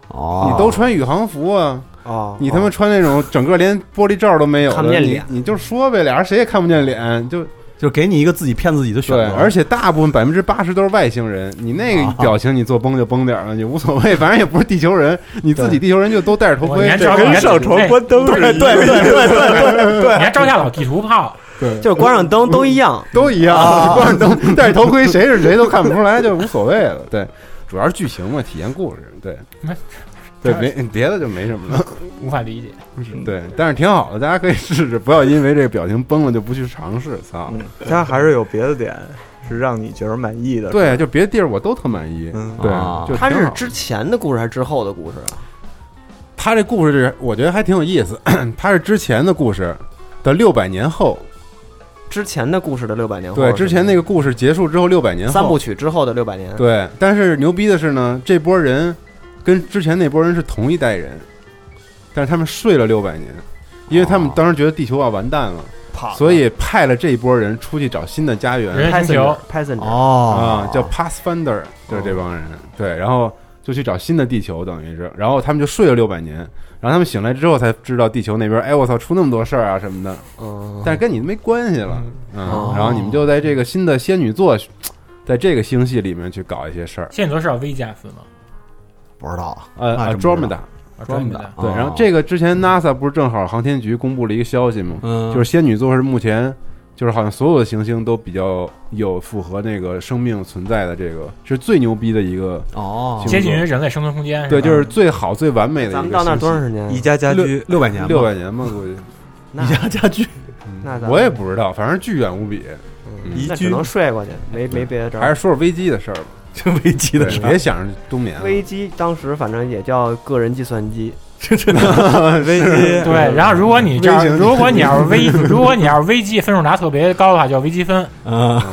哦，你都穿宇航服啊，哦，你他妈穿那种整个连玻璃罩都没有的，看不见脸你你就说呗，俩人谁也看不见脸，就就是给你一个自己骗自己的选对，择，而且大部分百分之八十都是外星人，你那个表情你做崩就崩点儿了，也无所谓， 反正也不是地球人，你自己地球人就都戴着头我盔年，这少个 跟上床哎关灯对对对对对对，你还照下老地图炮，就是关上灯都一样。都一样，你光着灯戴着头盔，谁是谁都看不出来，就无所谓了。对，主要是剧情嘛，体验故事，对没。对，别别的就没什么了。无法理解。嗯对，但是挺好的，大家可以试试，不要因为这个表情崩了就不去尝试。操，嗯它还是有别的点是让你觉得满意的。对，就别的地儿我都特满意。嗯对啊，就他挺是好之前的故事还是之后的故事啊？他这故事是，我觉得还挺有意思。 他是之前的故事的六百年后，之前的故事的六百年哦后是对，吗，之前那个故事结束之后六百年后，三部曲之后的六百年，对。但是牛逼的是呢，这波人跟之前那波人是同一代人，但是他们睡了六百年，因为他啊们当时觉得地球要完蛋了，跑所以派了这一波人出去找新的家园人家星球 Passenger 哦啊，叫 Pathfinder，就是这帮人。对，然后就去找新的地球，等于是，然后他们就睡了六百年，然后他们醒来之后才知道地球那边，哎，我操，出那么多事儿啊什么的。嗯，但是跟你没关系了，嗯，哦然后你们就在这个新的仙女座，在这个星系里面去搞一些事儿，现在都是要 V 加斯吗？不知道，呃那真不知，Andromeda，道啊，专门的的，对，哦然后这个之前 NASA 不是正好航天局公布了一个消息吗？嗯，就是仙女座是目前就是好像所有的行星都比较有符合那个生命存在的这个是最牛逼的一个，哦，接近于人类生存空间。对，吧就是最好最完美的一个咱星们系。到那儿多长时间？啊宜家家六居六百年吧，六百年吧，估计那宜家家居， 那咱我也不知道，反正巨远无比。嗯宜那居只能睡过去，没没别的招儿。还是说说危机的事儿吧，这危机的对事儿别想着冬眠了。危机当时反正也叫个人计算机，危机，对。然后如果你这样，微型如果你要是 危，如果你要是危机分数拿特别高的话，叫微积分。嗯啊，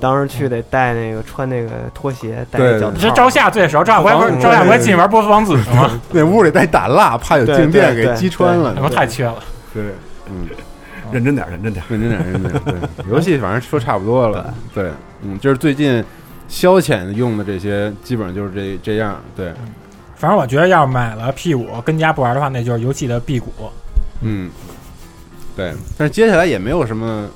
当时去得带那个穿那个拖鞋，带对那脚你说套。赵夏最熟，赵夏不还嗯赵夏不还进玩波斯王子呢吗？那屋里带打蜡，怕有对静电对给对击穿了那。不太缺了。对，嗯，认真点儿，认真点儿。认真点，认真点。对，游戏反正说差不多了。对，嗯，就是最近消遣用的这些，基本上就是这这样。对，反正我觉得要是买了 P 五跟家不玩的话，那就是游戏的辟谷。嗯，对。但是接下来也没有什么，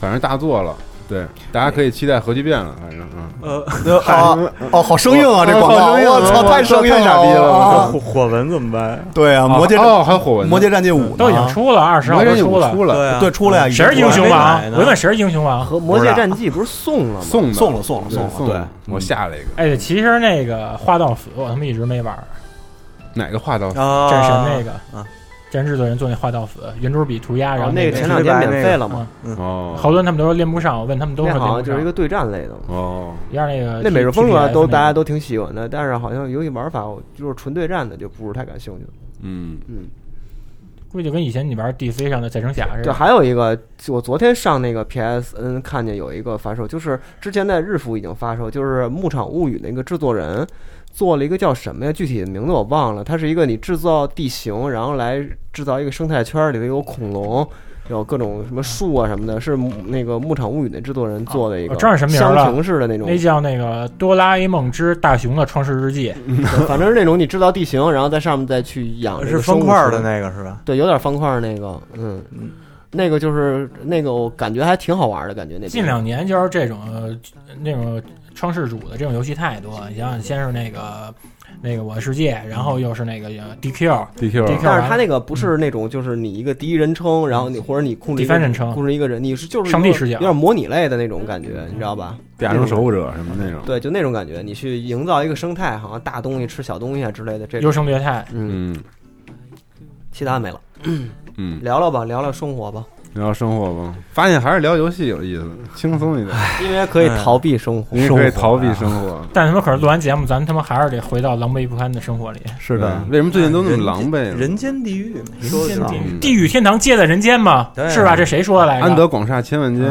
反正大作了。对，大家可以期待核聚变了。反正，嗯，呃，哦哦，好生硬啊，这广告，好生硬啊我操，太生硬太傻逼了我了操啊。火火纹怎么办呀？对啊，魔界哦，还有火纹呢，魔界战舰五呢啊都已经出了，二十号魔都界出五了。出了，嗯啊对，出来呀，已经谁是英雄出来啊王了？我问谁是英雄王？和《魔界战记》不是送 了吗？送的送了送了对送了送了。嗯对我下了一个，哎，其实那个画到死，我他妈一直没玩儿。哪个画到？啊，战神那个啊，战制作人做那画到死，圆珠笔涂鸦，然然后后哦那那个个前两天免费了嘛？哦，好多人他们都说练不上，我问他们都那说练好像不就是一上个。对战类的嘛。哦，一样那个那美术风 T- 格啊 TPS 都那个大家都挺喜欢的，但是好像游戏玩法我就是纯对战的就不是太感兴趣了。嗯，嗯，估计就跟以前你玩 DC 上的再生侠似对，的。还有一个，我昨天上那个 PSN 看见有一个发售，就是之前在日服已经发售，就是《牧场物语》那个制作人做了一个叫什么呀？具体的名字我忘了。它是一个你制造地形，然后来制造一个生态圈，里头有恐龙。有各种什么树啊什么的，是那个《牧场物语》的制作人做的一啊个我知道是什么名箱儿了庭式的那种，那叫那个《哆啦 A 梦之大雄的创世日记》，反正是那种你制造地形，然后在上面再去养这个哦是生方物块区的那个是吧？对，有点方块儿那个，嗯，那个就是那个，我感觉还挺好玩的感觉。那边近两年就是这种呃那种创世主的这种游戏太多，了。你想想，先是那个那个《我的世界》，然后又是那个呃 DQ， DQ 但是它那个不是那种，就是你一个第一人称，然后你或者你控制一个嗯第三人称控制一个人，你是就是上帝有点视角有点模拟类的那种感觉，你知道吧？变成守护者什么那种，对，就那种感觉，你去营造一个生态，好像大东西吃小东西啊之类的，这优种胜劣汰。嗯，嗯其他没了。嗯，聊聊吧，聊聊生活吧，聊生活吧，发现还是聊游戏有意思，轻松一点，因为可以逃避生活。嗯因为可以逃避生活。但他妈可是录完节目，咱他妈还是得回到狼狈不堪的生活里。是的为什么最近都那么狼狈呢？哎人间地狱嘛，说的嗯地狱天堂皆在人间嘛，对是吧？这谁说的来着？安德广厦千万间，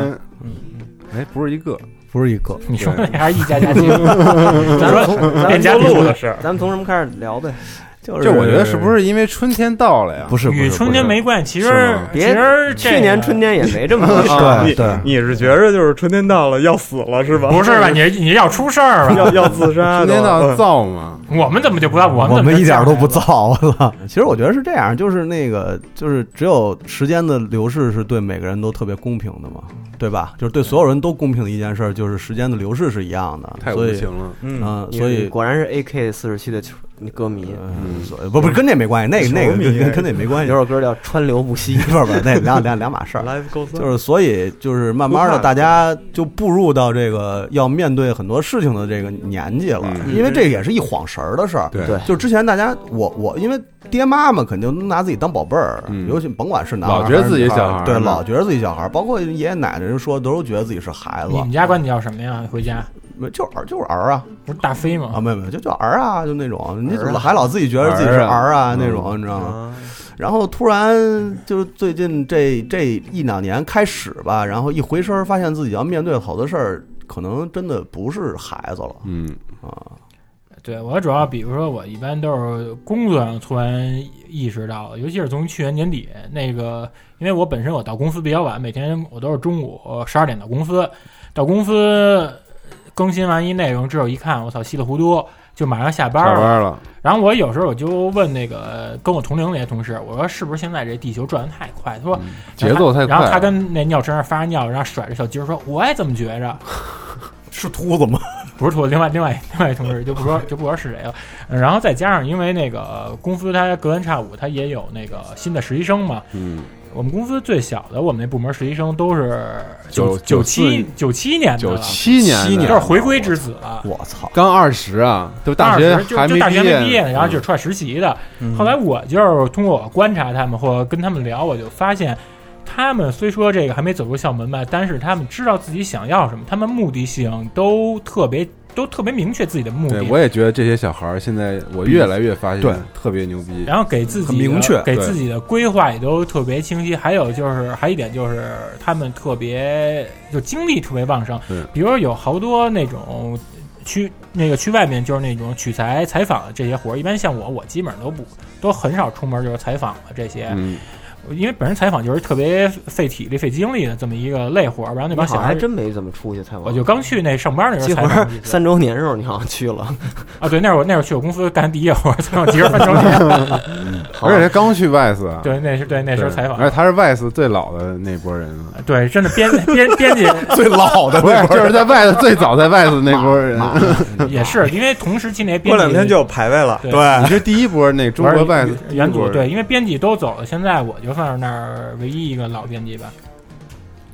哎，不是一个，不是一个。你说的还是一家 家亲，咱们从咱变们家从路的是。咱们从什么开始聊呗？就就我觉得是不是因为春天到了呀？不是不是与春天不是没关系。其是实吗其别实这个去年春天也没这么多事儿对啊你对你是觉着就是春天到了要死了是吧？不 是吧？你你要出事儿吧？要要自杀春的天到嗯造嘛，我们怎么就不我们我怎么们就一点儿都不造了。 其实我觉得是这样，就是那个，就是只有时间的流逝是对每个人都特别公平的嘛，对吧？就是对所有人都公平的一件事儿，就是时间的流逝是一样的。太所无以情，了。嗯，嗯，你所以果然是 AK 四十七的球歌迷，嗯，所以不不跟这没关系，那个那个跟跟跟那没嗯关系有，首歌叫《川流不息》。不是不是那两两两码事儿。 ，life goes on，就是，所以就是慢慢的，大家就步入到这个要面对很多事情的这个年纪了，嗯因为这也是一晃神儿的事儿。对对就之前大家，我我因为爹妈们肯定都拿自己当宝贝儿，嗯尤其甭管是男孩儿老觉得自己还是女小孩儿对，嗯老觉得自己小孩儿，包括爷爷奶奶人说，都觉得自己是孩子你，们家管你叫什么呀？回家没就是儿就是儿啊不是大飞啊，吗？没有没有就叫儿啊，就那种，你怎么还老自己觉得自己是儿啊那种，你知道嗯吗？然后突然就是最近这这一两年开始吧，然后一回身儿发现自己要面对好多事儿，可能真的不是孩子了嗯，啊，对我主要比如说我一般都是工作上突然意识到的，尤其是从去年年底那个，因为我本身我到公司比较晚，每天我都是中午十二点到公司，到公司更新完一内容之后一看，我操稀里糊涂就马上下班下了。班了，然后我有时候我就问那个跟我同龄那些同事，我说是不是现在这地球转得太快？他说嗯节奏太快然后他了。跟那尿池上发着尿，然后甩着小鸡儿说：“我也这么觉着。是秃子吗？”不是我另外另外另外一同事就不说就不说是谁了。嗯然后再加上因为那个呃公司它隔三差五它也有那个新的实习生嘛，嗯，我们公司最小的我们那部门实习生都是九九四七九七年的九了，七年的，七就年是回归之子了。我操！刚二十啊，都大当学时就还就大学毕没业，嗯毕业呢，然后就出来实习的。后来我就是通过我观察他们或者跟他们聊，我就发现，他们虽说这个还没走出校门吧，但是他们知道自己想要什么，他们目的性都特别都特别明确自己的目对，的，我也觉得这些小孩儿现在，我越来越发现，对，特别牛逼。然后给自己很的明确给对自己的规划也都特别清晰。还有就是还有一点就是他们特别就精力特别旺盛对，比如说有好多那种。去那个去外面就是那种取材采访的这些活儿，一般像我，我基本上都不都很少出门就是采访了这些。嗯，因为本身采访就是特别费体力、费精力的这么一个累活儿，然后那你好帮小像孩还儿，真没怎么出去采访，我就刚去那 上班那时集候采合访几次三周年时候你好像去了，啊，对，那会儿我那会儿去我公司干第一活儿，采访集合三周年，好而且他刚去 VICE 啊，对，那是对那对，时候采访而，且他是 VICE 最老的那波人了，对，真的编编编辑最老的不是，就是在 VICE 最早在 VICE 那波人，也是因为同时期那些编过辑两天就有排位了，对 你是第一波那中玩国儿 VICE 原组，对，对，因为编辑都走了，现在我就算是那儿唯一一个老编辑吧。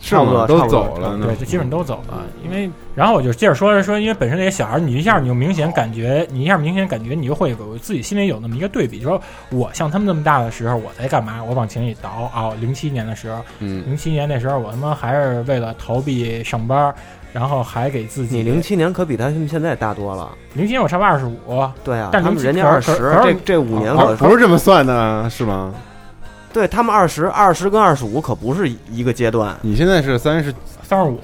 是差不吗？多都差不多走了呢对，，就基本都走了。因为，然后我就接着说说，因为本身这些小孩儿，你一下你就明显感觉，你一下明显感觉，你就会有自己心里有那么一个对比，就说我像他们那么大的时候，我在干嘛？我往前一倒啊，零、七年的时候，嗯，零七年那时候我他妈还是为了逃避上班儿，然后还给自己你零七年可比他们现在大多了，零七年我上班二十五，对啊，但他们零人家可二是十，可这是这五年不可不是这么算的啊，是吗？对他们二十二十跟二十五可不是一个阶段，你现在是三十三十五，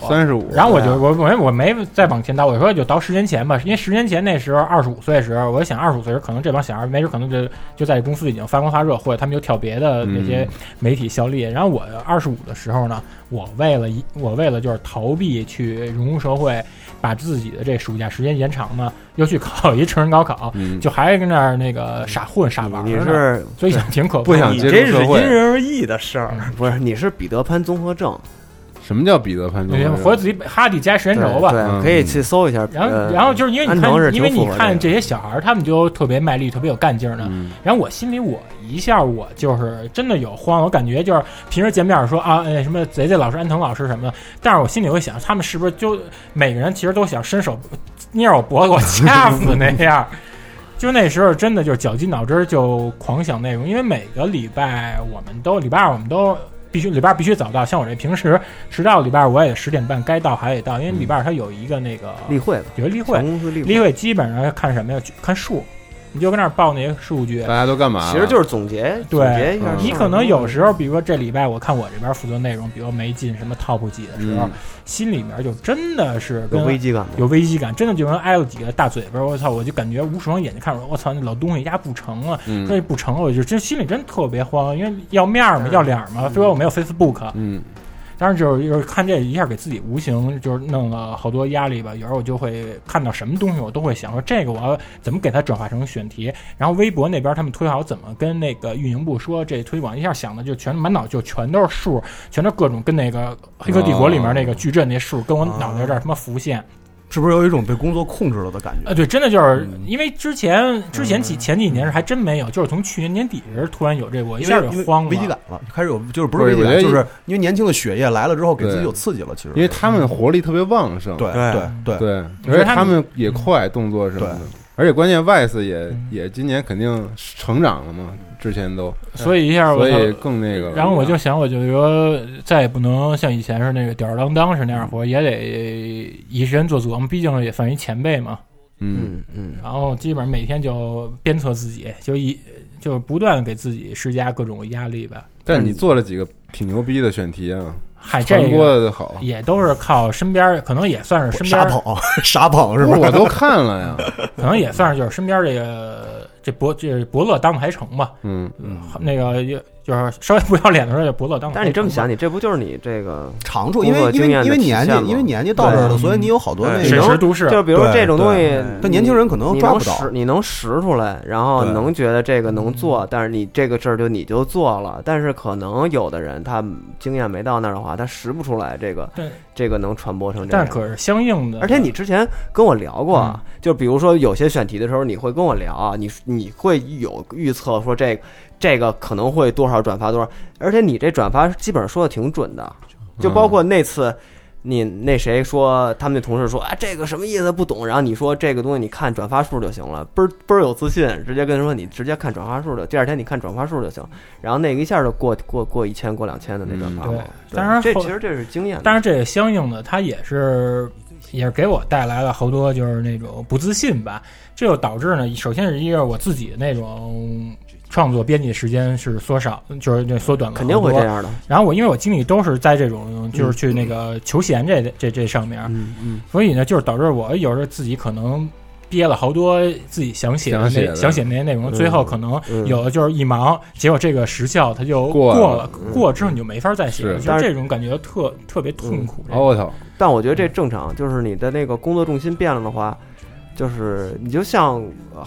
35然后我就我我我没再往前倒，我说就倒十年前吧，因为十年前那时候二十五岁的时候，我想二十五岁时候可能这帮小孩没准可能就就在公司已经发光发热，或者他们就跳别的那些媒体效力。然后我二十五的时候呢，我为了一我为了就是逃避去融入社会，把自己的这暑假时间延长呢，又去考一成人高考，嗯， 就还跟那儿那个傻混傻玩儿你呢是所以挺可怕的不想你接这触是社因会。人而异的事儿。不是你是彼得潘综合症？什么叫彼得潘啊综对合活症？自己哈迪加时间轴对吧。对，可以去搜一下。然后，呃然后就是因为你安藤是看，挺因为符你合看这这些小孩儿，他们就特别卖力，特别有干劲儿呢。嗯然后我心里，我一下我就是真的有慌，我感觉就是平时见面说啊，哎什么贼贼老师、安藤老师什么的， 但是我心里会想，他们是不是就每个人其实都想伸手捏我脖子，我掐死那样儿？ 就那时候真的就是绞尽脑汁儿就狂想内容，因为每个礼拜我们都礼拜二我们都必须礼拜二必须早到，像我这平时迟到礼拜二我也十点半该到还得到，因为礼拜二它有一个那个例会吧，有一个例全会，公司例例会，会基本上看什么呀？去看数，你就跟那儿报那些数据大。家都干嘛了？其实就是总结总结对嗯一下。，你可能有时候，比如说这礼拜我看我这边负责内容，比如没进什么 top 几的时候嗯，心里面就真的是有跟危机感吧。有危机感，真的就跟挨了几个大嘴巴，我操，我就感觉无双眼睛看着我，我操，那老东西压不成了，嗯这不成了，我就真心里真特别慌，因为要面儿嗯嘛，要脸儿嘛，虽然我没有 Facebook，嗯但是就是就是看这一下给自己无形就是弄了好多压力吧。有时候我就会看到什么东西，我都会想说这个我要怎么给它转化成选题。然后微博那边他们推好怎么跟那个运营部说这推广，一下想的就全满脑就全都是数，全都是各种跟那个《黑客帝国》里面那个矩阵那数跟我脑袋这儿他妈浮啊现。是不是有一种被工作控制了的感觉？呃，对，真的就是因为之前之前几前几年是还真没有，就是从去年年底时候突然有这，我一因下为就因为慌了。危机感了，开始有就是不是对危机我感，觉得就是因为年轻的血液来了之后，给自己对有刺激了。其实，因为他们活力特别旺盛，对对对对，对，你而说且他们他们也快，动作什么的对。而且关键，Vice 也嗯也今年肯定成长了嘛，之前都，所以一下我所操以啊更那个了。然后我就想，我就说，再也不能像以前是那个吊儿郎当是那样活，也得以身作则嘛，毕竟也算一前辈嘛。嗯，嗯嗯，然后基本上每天就鞭策自己，就一就不断给自己施加各种压力吧。但是你做了几个挺牛逼的选题啊，嗨，嗯这传播个的好，也都是靠身边儿，可能也算是身边傻儿，捧 傻捧是不是？我都 看了呀，可能也算是就是身边儿这个这伯这伯乐当排成吧。 嗯，那个就就是稍微不要脸的时候，就伯乐当排成吧。但是你这么想，你这不就是你这个？长处，工因为作因为经验的因为体年纪现嘛因为年纪到这儿了，对所以你有好多那对审个是。时度势，就是比如说这种东西对，但年轻人可能你抓能不到识，你能识出来，然后对能觉得这个能做，但是你这个事儿就你就做了，但是可能有的人他经验没到那儿的话，他识不出来这个对这个能传播成这但样是。可是相应的，而且你之前跟我聊过啊，嗯就比如说有些选题的时候，你会跟我聊啊，你你会有预测说这个这个可能会多少转发多少，而且你这转发基本上说的挺准的，就包括那次。你那谁说他们那同事说啊这个什么意思不懂，然后你说这个东西你看转发数就行了，倍儿倍儿有自信，直接跟人说你直接看转发数就，第二天你看转发数就行，然后那个一下就过过过一千过两千的那转发嗯了。对当然这后其实这是经验的，当然，这也相应的，它也是也是给我带来了好多就是那种不自信吧。这就导致呢，首先是一个我自己那种创作编辑时间是缩少，就是那缩短了，肯定会这。样的。然后我因为我经历都是在这种就是去那个求贤这这这上面，嗯嗯，所以呢，就是导致我有时候自己可能。憋了好多自己想写的那想写的想写那些内容，嗯最后可能嗯有的就是一忙，结果这个时效它就过了过了，过了之后你就没法再写了，是就是这种感觉特特别痛苦。这种哦我操，但我觉得嗯这正常，就是你的那个工作重心变了的话，就是你就像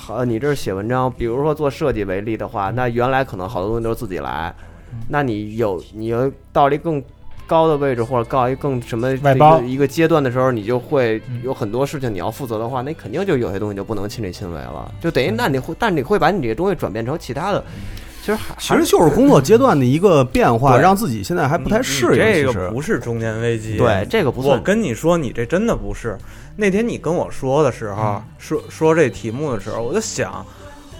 呃，你这是写文章，比如说做设计为例的嗯话，那原来可能好多东西都是自己来，那你有你有到了一个更高的位置或者到一个更什么外包一个一个阶段的时候，你就会嗯有很多事情你要负责的话，那肯定就有些东西就不能亲力亲为了，就嗯等于那你会，但你会把你这个东西转变成其他的，其实还其实就是工作阶段的一个变化，对让自己现在还不太适应。这其个实不是中年危机。对这个不我算跟你说，你这真的不是。那天你跟我说的时嗯候，说说这题目的时候，我就想，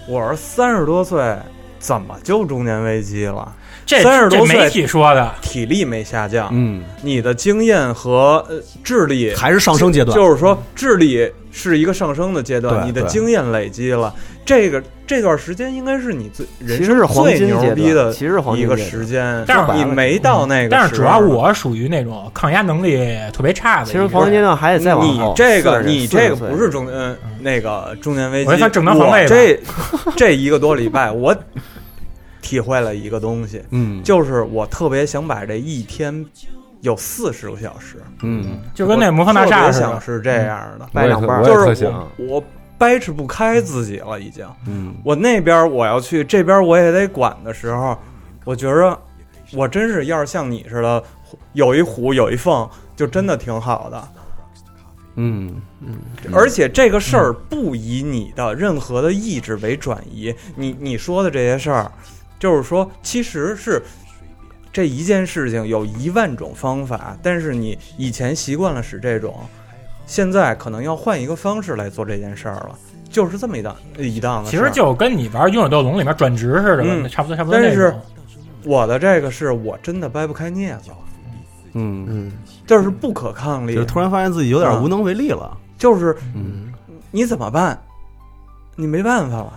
我是三十多岁，怎么就中年危机了？这30这多岁媒体说的，体力没下降，嗯，你的经验和、呃、智力还是上升阶段，就是说智力是一个上升的阶段，对你的对经验累积了，这个这段时间应该是你最人其实是生黄金最阶牛段逼的其实是黄金一个阶段时间，但是你没到那个时候，嗯但是主要我属于那种抗压能力特别差的一其个实人，黄金阶段还得再往你后。这个40你这个40岁不是中嗯那个中年危机，我觉得他正当防我卫吧这这一个多礼拜，我体会了一个东西，嗯就是我特别想把这一天有四十个小时，嗯，就跟那魔方大我特厦别似想的。是这样的，我也特掰两半儿我也特就是想我，我掰扯不开自己了，已经。嗯，我那边我要去，这边我也得管的时候，我觉着我真是要是像你似的，有一虎有一凤，就真的挺好的。嗯而且这个事儿不以你的任何的意志为转移，你你说的这些事儿，就是说其实是这一件事情有一万种方法，但是你以前习惯了使这种，现在可能要换一个方式来做这件事儿了，就是这么一档一档的其事儿。实就跟你玩《勇者斗龙》里面转职似的，嗯差不多差不多那但种是。我的这个是我真的掰不开镊子了，嗯，嗯，这是不可抗力就的是，突然发现自己有点无能为力了。就是嗯你怎么办？你没办法了。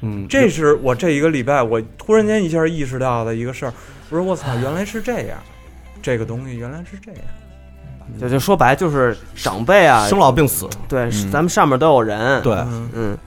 嗯，这是我这一个礼拜，我突然间一下意识到的一个事儿。我说我操，原来是这样，这个东西原来是这样。嗯就就说白了就是长辈啊，生老病死，对，咱们上面都有人。，对，嗯，嗯，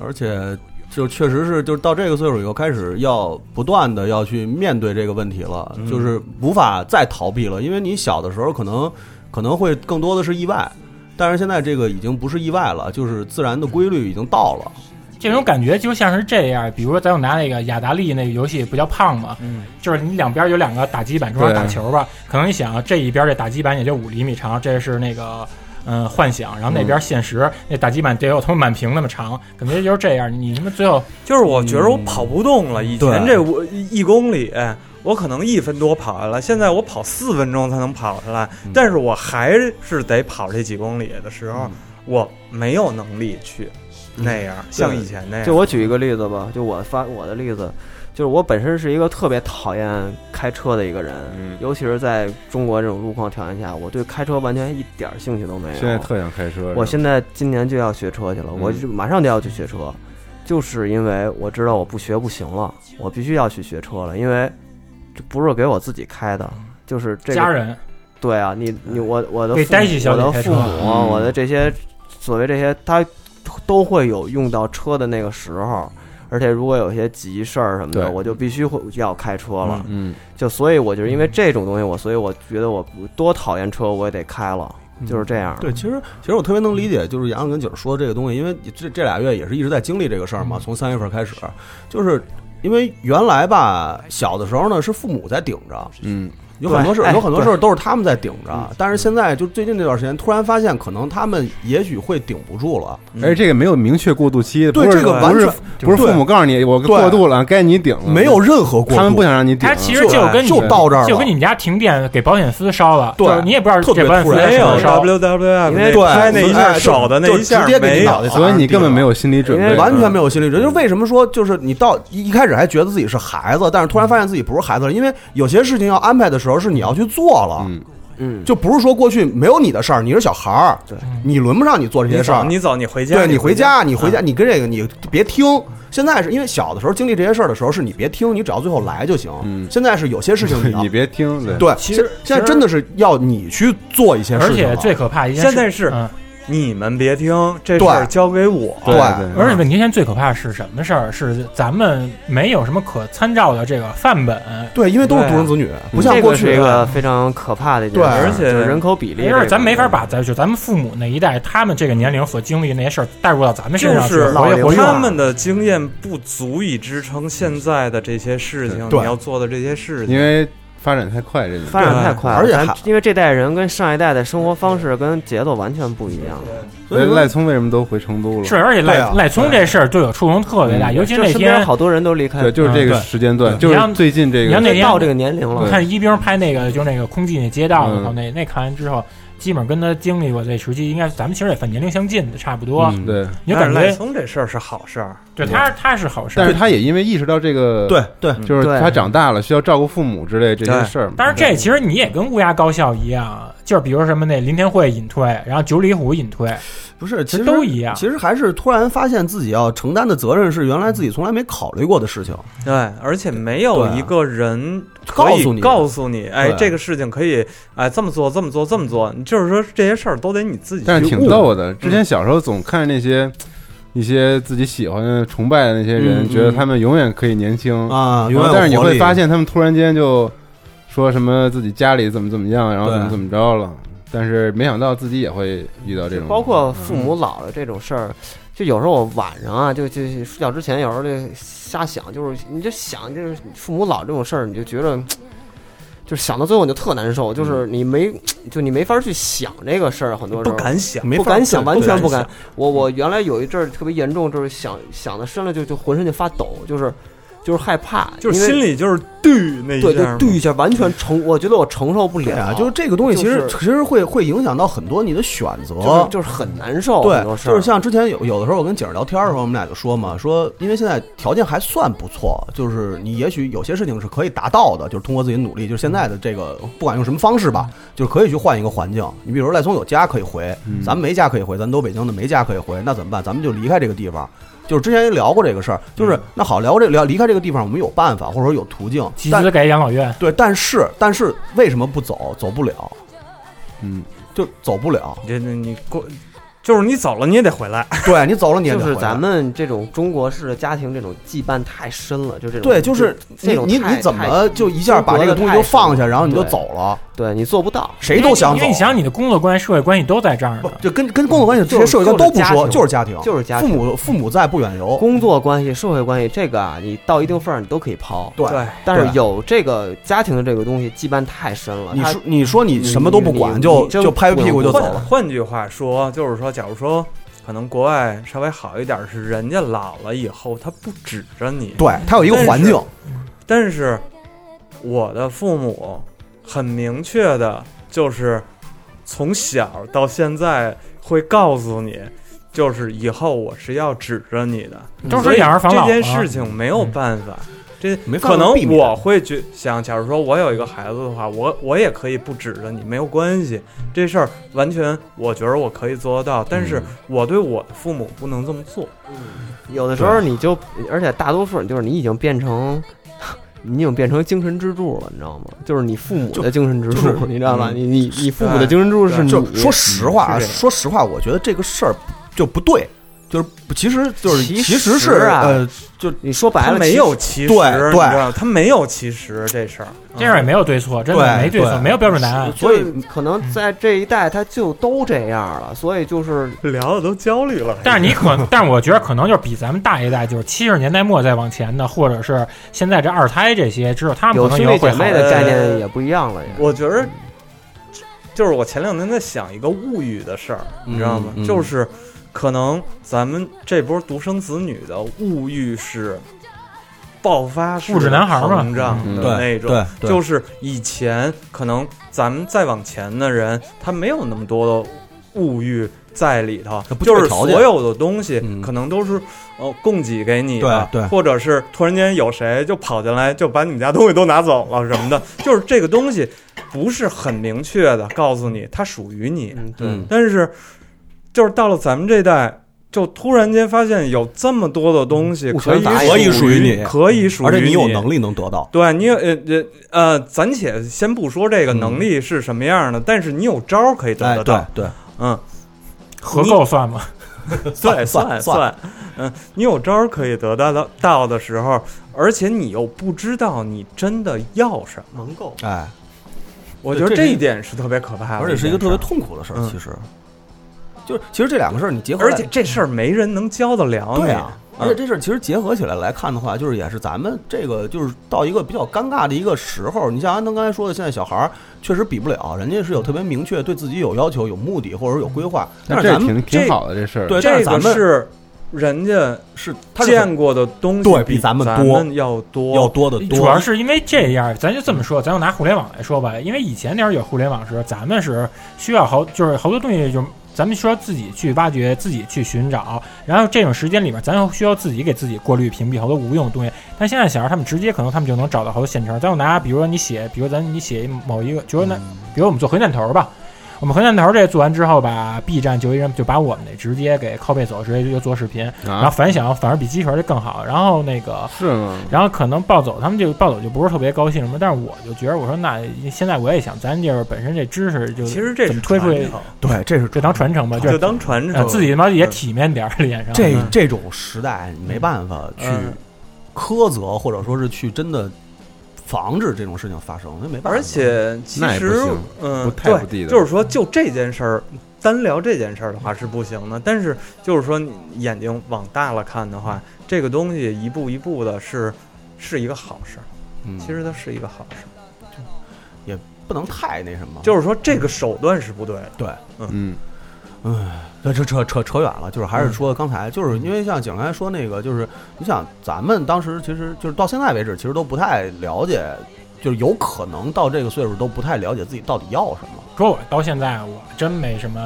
而且就确实是，就是到这个岁数以后，开始要不断的要去面对这个问题了，就是无法再逃避了。因为你小的时候可能可能会更多的是意外，但是现在这个已经不是意外了，就是自然的规律已经到了。这种感觉就像是这样，比如说咱有拿那个雅达利那个游戏，不叫胖吗？嗯，就是你两边有两个打击板，中间打球吧。可能你想这一边这打击板也就五厘米长，这是那个嗯幻想，然后那边现实、那打击板得有他妈满屏那么长，感觉就是这样。你他妈最后就是我觉得我跑不动了，以前嗯对这我一公里。哎我可能一分多跑下来，现在我跑四分钟才能跑下来，嗯但是我还是得跑这几公里的时候，我没有能力去那嗯样，像以前那样。就我举一个例子吧，就我发我的例子，就是我本身是一个特别讨厌开车的一个人，嗯尤其是在中国这种路况条件下，我对开车完全一点儿兴趣都没有。现在特想开车，我是吧现在今年就要学车去了，嗯我就马上就要去学车，就是因为我知道我不学不行了，我必须要去学车了，因为这不是给我自己开的，嗯就是这家个人对啊，你你我我的给父呆西小我姐的开父车母，嗯我的这些所谓这些，他都会有用到车的那个时候。而且如果有些急事儿什么的，对我就必须会要开车了。嗯就所以，我就是因为这种东西，我所以我觉得我多讨厌车，我也得开了，嗯嗯就是这样。对，其实其实我特别能理解，就是杨洋跟景儿说的这个东西，因为这这俩月也是一直在经历这个事儿嘛。从三月份开始，就是因为原来吧，小的时候呢是父母在顶着，嗯有很多事对哎有很多事儿都是他们在顶着，但是现在就最近这段时间，突然发现可能他们也许会顶不住了。嗯，而且这个没有明确过渡期，对不是这个完不是全不是对父母告诉你我过渡了，该你顶了，没有任何过渡，他们不想让你顶，他其实就跟你就到这儿了就跟你们家停电给保险丝烧了，对就是你也不知道特别这保险丝突然在没什有么时候烧。 WWF 因为那对拍那一哎下就手的那一下就直接给没你有脑袋砸上所以你根本没地有心理准因备，为完全没有心理准备。就是为什么说就是你到一一开始还觉得自己是孩子，但是突然发现自己不是孩子了，因为有些事情要安排的时候是你要去做了，嗯嗯，就不是说过去没有你的事儿，你是小孩儿，对你轮不上你做这你些事儿走，，你走，你回家，对你回家，家，你回家，嗯你跟这个你别听。现在是因为小的时候经历这些事儿的时候，是你别听，你只要最后来就行。嗯现在是有些事情 要你别听，对，对，其实现现在真的是要你去做一些事而情了，且最可怕一件事，现在是嗯你们别听，这事儿对交给我。对对而且问题现在最可怕的是什么事儿？是咱们没有什么可参照的这个范本，对，因为都是独生子女，嗯不像这过个去是一个非常可怕的一件对事儿，而且就是人口比例没这事个，儿，咱没法把咱就咱们父母那一代他们这个年龄所经历的那些事儿带入到咱们身上去就是活跃活用啊。他们的经验不足以支撑现在的这些事情，对你要做的这些事情。因为发展太快，这发展太快了，嗯而且咱还因为这代人跟上一代的生活方式跟节奏完全不一样，所以赖聪为什么都回成都了？是，而且对赖啊赖聪这事儿对我触动特别大，嗯尤就其是那身边天好多人都离开对，，就是这个嗯对时间段，对就你要是最近这你个要嗯那天到这个年龄了对，看一兵拍那个，就是那个空寂那街道，嗯然后那那看完之后，基本上跟他经历过这时期，应该咱们其实也反年龄相近的，差不多。嗯对，你就但感是赖觉聪这事儿是好事儿，对他他是好事但儿是，他也因为意识到这个，对对，就是对他长大了需要照顾父母之类这些对事儿嘛，但是这其实你也跟乌鸦高校一样，就是比如说什么那林天惠隐退，然后九里虎隐退，不是，其实都一样其实还是突然发现自己要承担的责任是原来自己从来没考虑过的事情。对，而且没有一个人可告诉以你告诉你，哎，对这个事情可以，哎，这么做，这么做，这么做，就是说这些事儿都得你自己去悟。但是挺逗的。之前小时候总看那些一些自己喜欢的、崇拜的那些人，嗯觉得他们永远可以年轻啊然永远后有嗯但是你活会力发现，他们突然间就说什么自己家里怎么怎么样，然后怎么对怎么着了。但是没想到自己也会遇到这种，包括父母嗯老了这种事儿，就有时候我晚上啊，就就就睡觉之前，有时候就瞎想，就是你就想，就是父母老这种事儿，你就觉得，就是想到最后你就特难受，嗯就是你没，就你没法去想这个事儿，很多时候。不敢想，没不法敢想，对完全不不敢敢。我我原来有一阵儿特别严重，就是想想的深了就就浑身就发抖，就是就是害怕，就是因为心里就是对那一下对，就嘛对一下，完全承，我觉得我承受不对啊了，，就是这个东西，其实、就是其实会会影响到很多你的选择。就是就是很难受，很多对，事就儿是像之前有有的时候我跟景儿聊天的时候，我们俩就说嘛，说因为现在条件还算不错，就是你也许有些事情是可以达到的，就是通过自己的努力，就是现在的这个不管用什么方式嗯吧，就是可以去换一个环境。你比如说赖聪有家可以回，嗯咱们没家可以回，咱都北京的没家可以回，那怎么办？咱们就离开这个地方。就是之前也聊过这个事儿，嗯就是那好聊过这个聊离开这个地方，我们有办法或者说有途径，集但资给养老院。对，但是但是为什么不走？走不了，嗯，就走 不了。你这你过，就是你走了你也得回来，对你走了，你也就得是回来咱们这种中国式的家庭，这种羁绊太深了，就这种对，就是这你种你太你怎么太就一下把这个东西就放下，然后你就走了？对你做不到？谁都想因走为，你想，你的工作关系、社会关系都在这儿不呢。就跟跟工作关系、这些社会关系都不说，就就是是家庭，就是家庭父母父母在不远游，工作关系、社会关系，这个啊，你到一定份儿上你都可以抛，对对但是对啊有这个家庭的这个东西羁绊太深了。你它说你说你什么都不你管，你就你真就拍拍屁股就走换了。换句话说，就是说，假如说可能国外稍微好一点儿是人家老了以后他不指着你，对，它有一个环境，但是我的父母很明确的，就是从小到现在会告诉你，就是以后我是要指着你的。都所是以养儿防老这件嘛事情没有办法，这没办法可能避免我会觉想，假如说我有一个孩子的话，我我也可以不指着你，没有关系，这事儿完全我觉得我可以做得到，但是我对我的父母不能这么做。有的时候你就，而且大多数就是你已经变成，你已经变成精神支柱了，你知道吗？就是你父母的精神支柱，就是你知道吧？嗯你你你父母的精神支柱是你，就说实话啊，是这样说实话，我觉得这个事儿就不对，就是不其实就是其其实是实啊呃，你说白他了没其有其实，对你对知道他没有其实这事儿，这样也没有对错，真的对没对错，对没有标准答案。所以可能在这一代他就都这样了，所以就是聊的都焦虑了。但是你可，但是我觉得可能就是比咱们大一代，就是七十年代末再往前的，或者是现在这二胎这些，只有他们有可兄能弟以后姐会好妹一的点。概念也不一样了也。我觉得就是我前两天在想一个物语的事儿，你知道吗？嗯嗯就是可能咱们这波独生子女的物欲是爆发式物质男孩儿嘛膨胀嗯的那种。对对就是以前可能咱们再往前的人，他没有那么多的物欲在里头他，不具备就是条所件有的东西嗯可能都是哦供给给你的，对对或者是突然间有谁就跑进来就把你们家东西都拿走了什么 的，就是这个东西不是很明确的告诉你它属于你，嗯，对，嗯但是就是到了咱们这代。就突然间发现有这么多的东嗯西物可权以法也属于你可以属于而且你你有能力能得到，对你有呃呃呃，暂且先不说这个能力是什么样的，但是你有招儿可以得嗯哎，得对到，对，嗯，合购算吗？对，算算算，嗯，你有招儿可以得到的到的时候，而且你又不知道你真的要什么，能够哎，我觉得对这这是一点是特别可怕的，而且是一个特别件事痛苦的事儿，嗯其实。就是其实这两个事儿你结合儿，来，而且这事儿没人能教得了你对啊，而且这事儿其实结合起来来看的话，就是也是咱们这个就是到一个比较尴尬的一个时候。你像安东刚才说的，现在小孩儿确实比不了，人家是有特别明确对自己有要求、有目的或者有规划。那但是嗯这咱们挺这挺好的这事儿。对，但这是咱个们是人家是他是见过的东西对比比咱们咱多们要多要多得多，主要是因为这样，咱就这么说，咱就拿互联网来说吧，因为以前那会儿有互联网的时，候，咱们是需要好，就是好多东西就。咱们需要自己去挖掘，自己去寻找，然后这种时间里边，咱又需要自己给自己过滤、屏蔽好多无用的东西。但现在小孩他们直接可能他们就能找到好多现成。咱就拿，比如说你写，比如咱你写某一个，就是那，比如我们做回弹头吧，我们核弹头这做完之后吧，B 站就一人就把我们那直接给拷贝走，直接就做视频，然后啊，反响反而比机壳这更好。然后那个是吗？然后可能暴走他们就暴走就不是特别高兴什么，但是我就觉得我说那现在我也想，咱就是本身这知识就其实这怎是么推出去传，承对，这是就当传承吧，就是当传呃承，自己他妈也体面点儿脸上。这嗯这种时代你没办法去嗯苛责，或者说是去真的防止这种事情发生，那没办法。而且其那也不实行，嗯不，太不地对，道就是说就这件事儿，单聊这件事儿的话是不行的。但是就是说，你眼睛往大了看的话，这个东西一步一步的是是一个好事儿，嗯，其实它是一个好事哦儿。不能太那什么，就是说这个手段是不对的，嗯，对，这扯扯扯远了，就是还是说刚才，就是因为像景刚才说那个，就是你想咱们当时其实就是到现在为止，其实都不太了解，就是有可能到这个岁数都不太了解自己到底要什么。说我到现在我真没什么，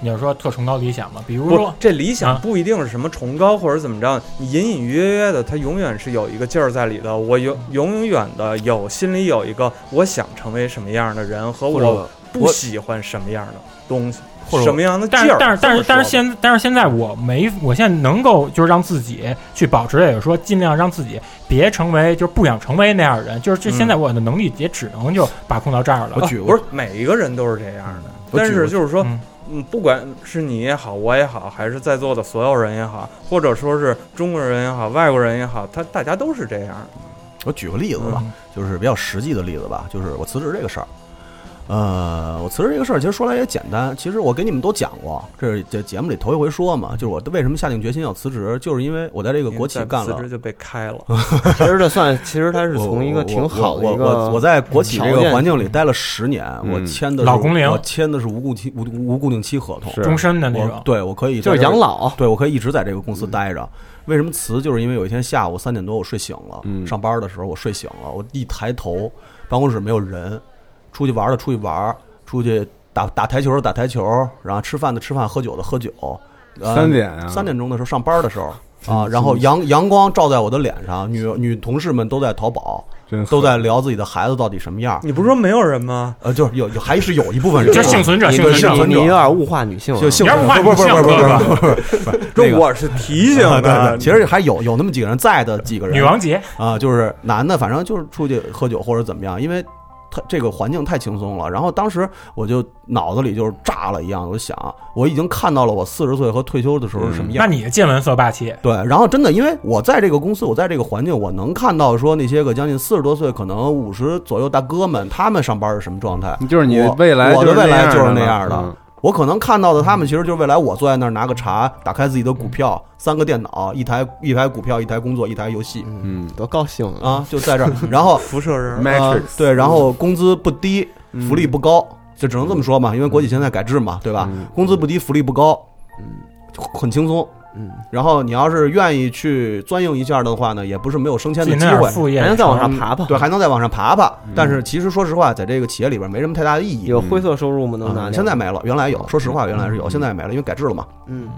你要说特崇高理想嘛，比如不说，这理想啊不一定是什么崇高或者怎么着，你隐隐约约的，它永远是有一个劲儿在里头。我永永远的有心里有一个我想成为什么样的人和或我者不喜欢什么样的东西，或者什么样的劲但是儿。但是但是这么说吧但是现但是现在我没，我现在能够就是让自己去保持，也就是说尽量让自己别成为就是不想成为那样的人，就是这嗯现在我的能力也只能就把控到这儿了。我举不过是每一个人都是这样的，我但举是个就是说嗯，嗯，不管是你也好，我也好，还是在座的所有人也好，或者说是中国人也好，外国人也好，他大家都是这样的。我举个例子吧，嗯就是比较实际的例子吧，就是我辞职这个事儿。呃，我辞职这个事儿，其实说来也简单。其实我给你们都讲过，这是这节目里头一回说嘛，就是我为什么下定决心要辞职，就是因为我在这个国企因为干辞了啊职就被开了，其实这算，其实它是我从一个我挺好的我一我我我个，在国企这条个件环境里待了十年，嗯我签的是老工龄我签的是无固期无无固定期合同，是终身的那我种，对我可以就是在这养，老，嗯对我可以一直在这个公司待着。为什么辞？就是因为有一天下午三点多我睡醒了，嗯上班的时候我睡醒了，我一抬头，办公室没有人，出去玩的出去玩，出去打打台球的打台球，然后吃饭的吃饭，喝酒的喝酒。呃三点啊三点钟的时候上班的时候啊，然后阳阳光照在我的脸上，女女同事们都在淘宝，真都狠在聊自己的孩子到底什么样儿。你不是说没有人吗？呃，就是有有还是有一部分人，就是幸存者，你幸存者，你你有点物化女性了，就幸你要存不换不不不你不不姓不不不不不，那这个我是提醒啊对的对，，其实还有有那么几个人在的几个人，女王节，啊，就是男的，反正就是出去喝酒或者怎么样，因为他这个环境太轻松了。然后当时我就脑子里就是炸了一样，我就想我已经看到了我四十岁和退休的时候是什么样。那你的见闻色霸气，对，然后真的，因为我在这个公司，我在这个环境，我能看到说那些个将近四十多岁，可能五十左右大哥们，他们上班是什么状态。就是你未来我我就的是未来就那是那样嗯样的我可能看到的他们，其实就是未来我坐在那儿拿个茶，打开自己的嗯股票，三个电脑，一台一台股票，一台工作，一台游戏嗯多高兴啊！啊，就在这儿。然后辐射人嗯。，Matrix 呃对，然后工资不低，嗯福利不高，就只能这么说嘛，因为国企现在改制嘛，对吧？嗯工资不低，福利不高，嗯就很轻松。嗯，然后你要是愿意去钻研一下的话呢，也不是没有升迁自的己机那点会。副业还能再往上爬嗯爬，对，还能再往上爬爬。但是其实说实话，在这个企业里边没什么太大的意义。有嗯灰色收入吗？能拿啊掉？现在没了，原来有，说实话，原来是有，嗯现在没了，因为改制了嘛。嗯，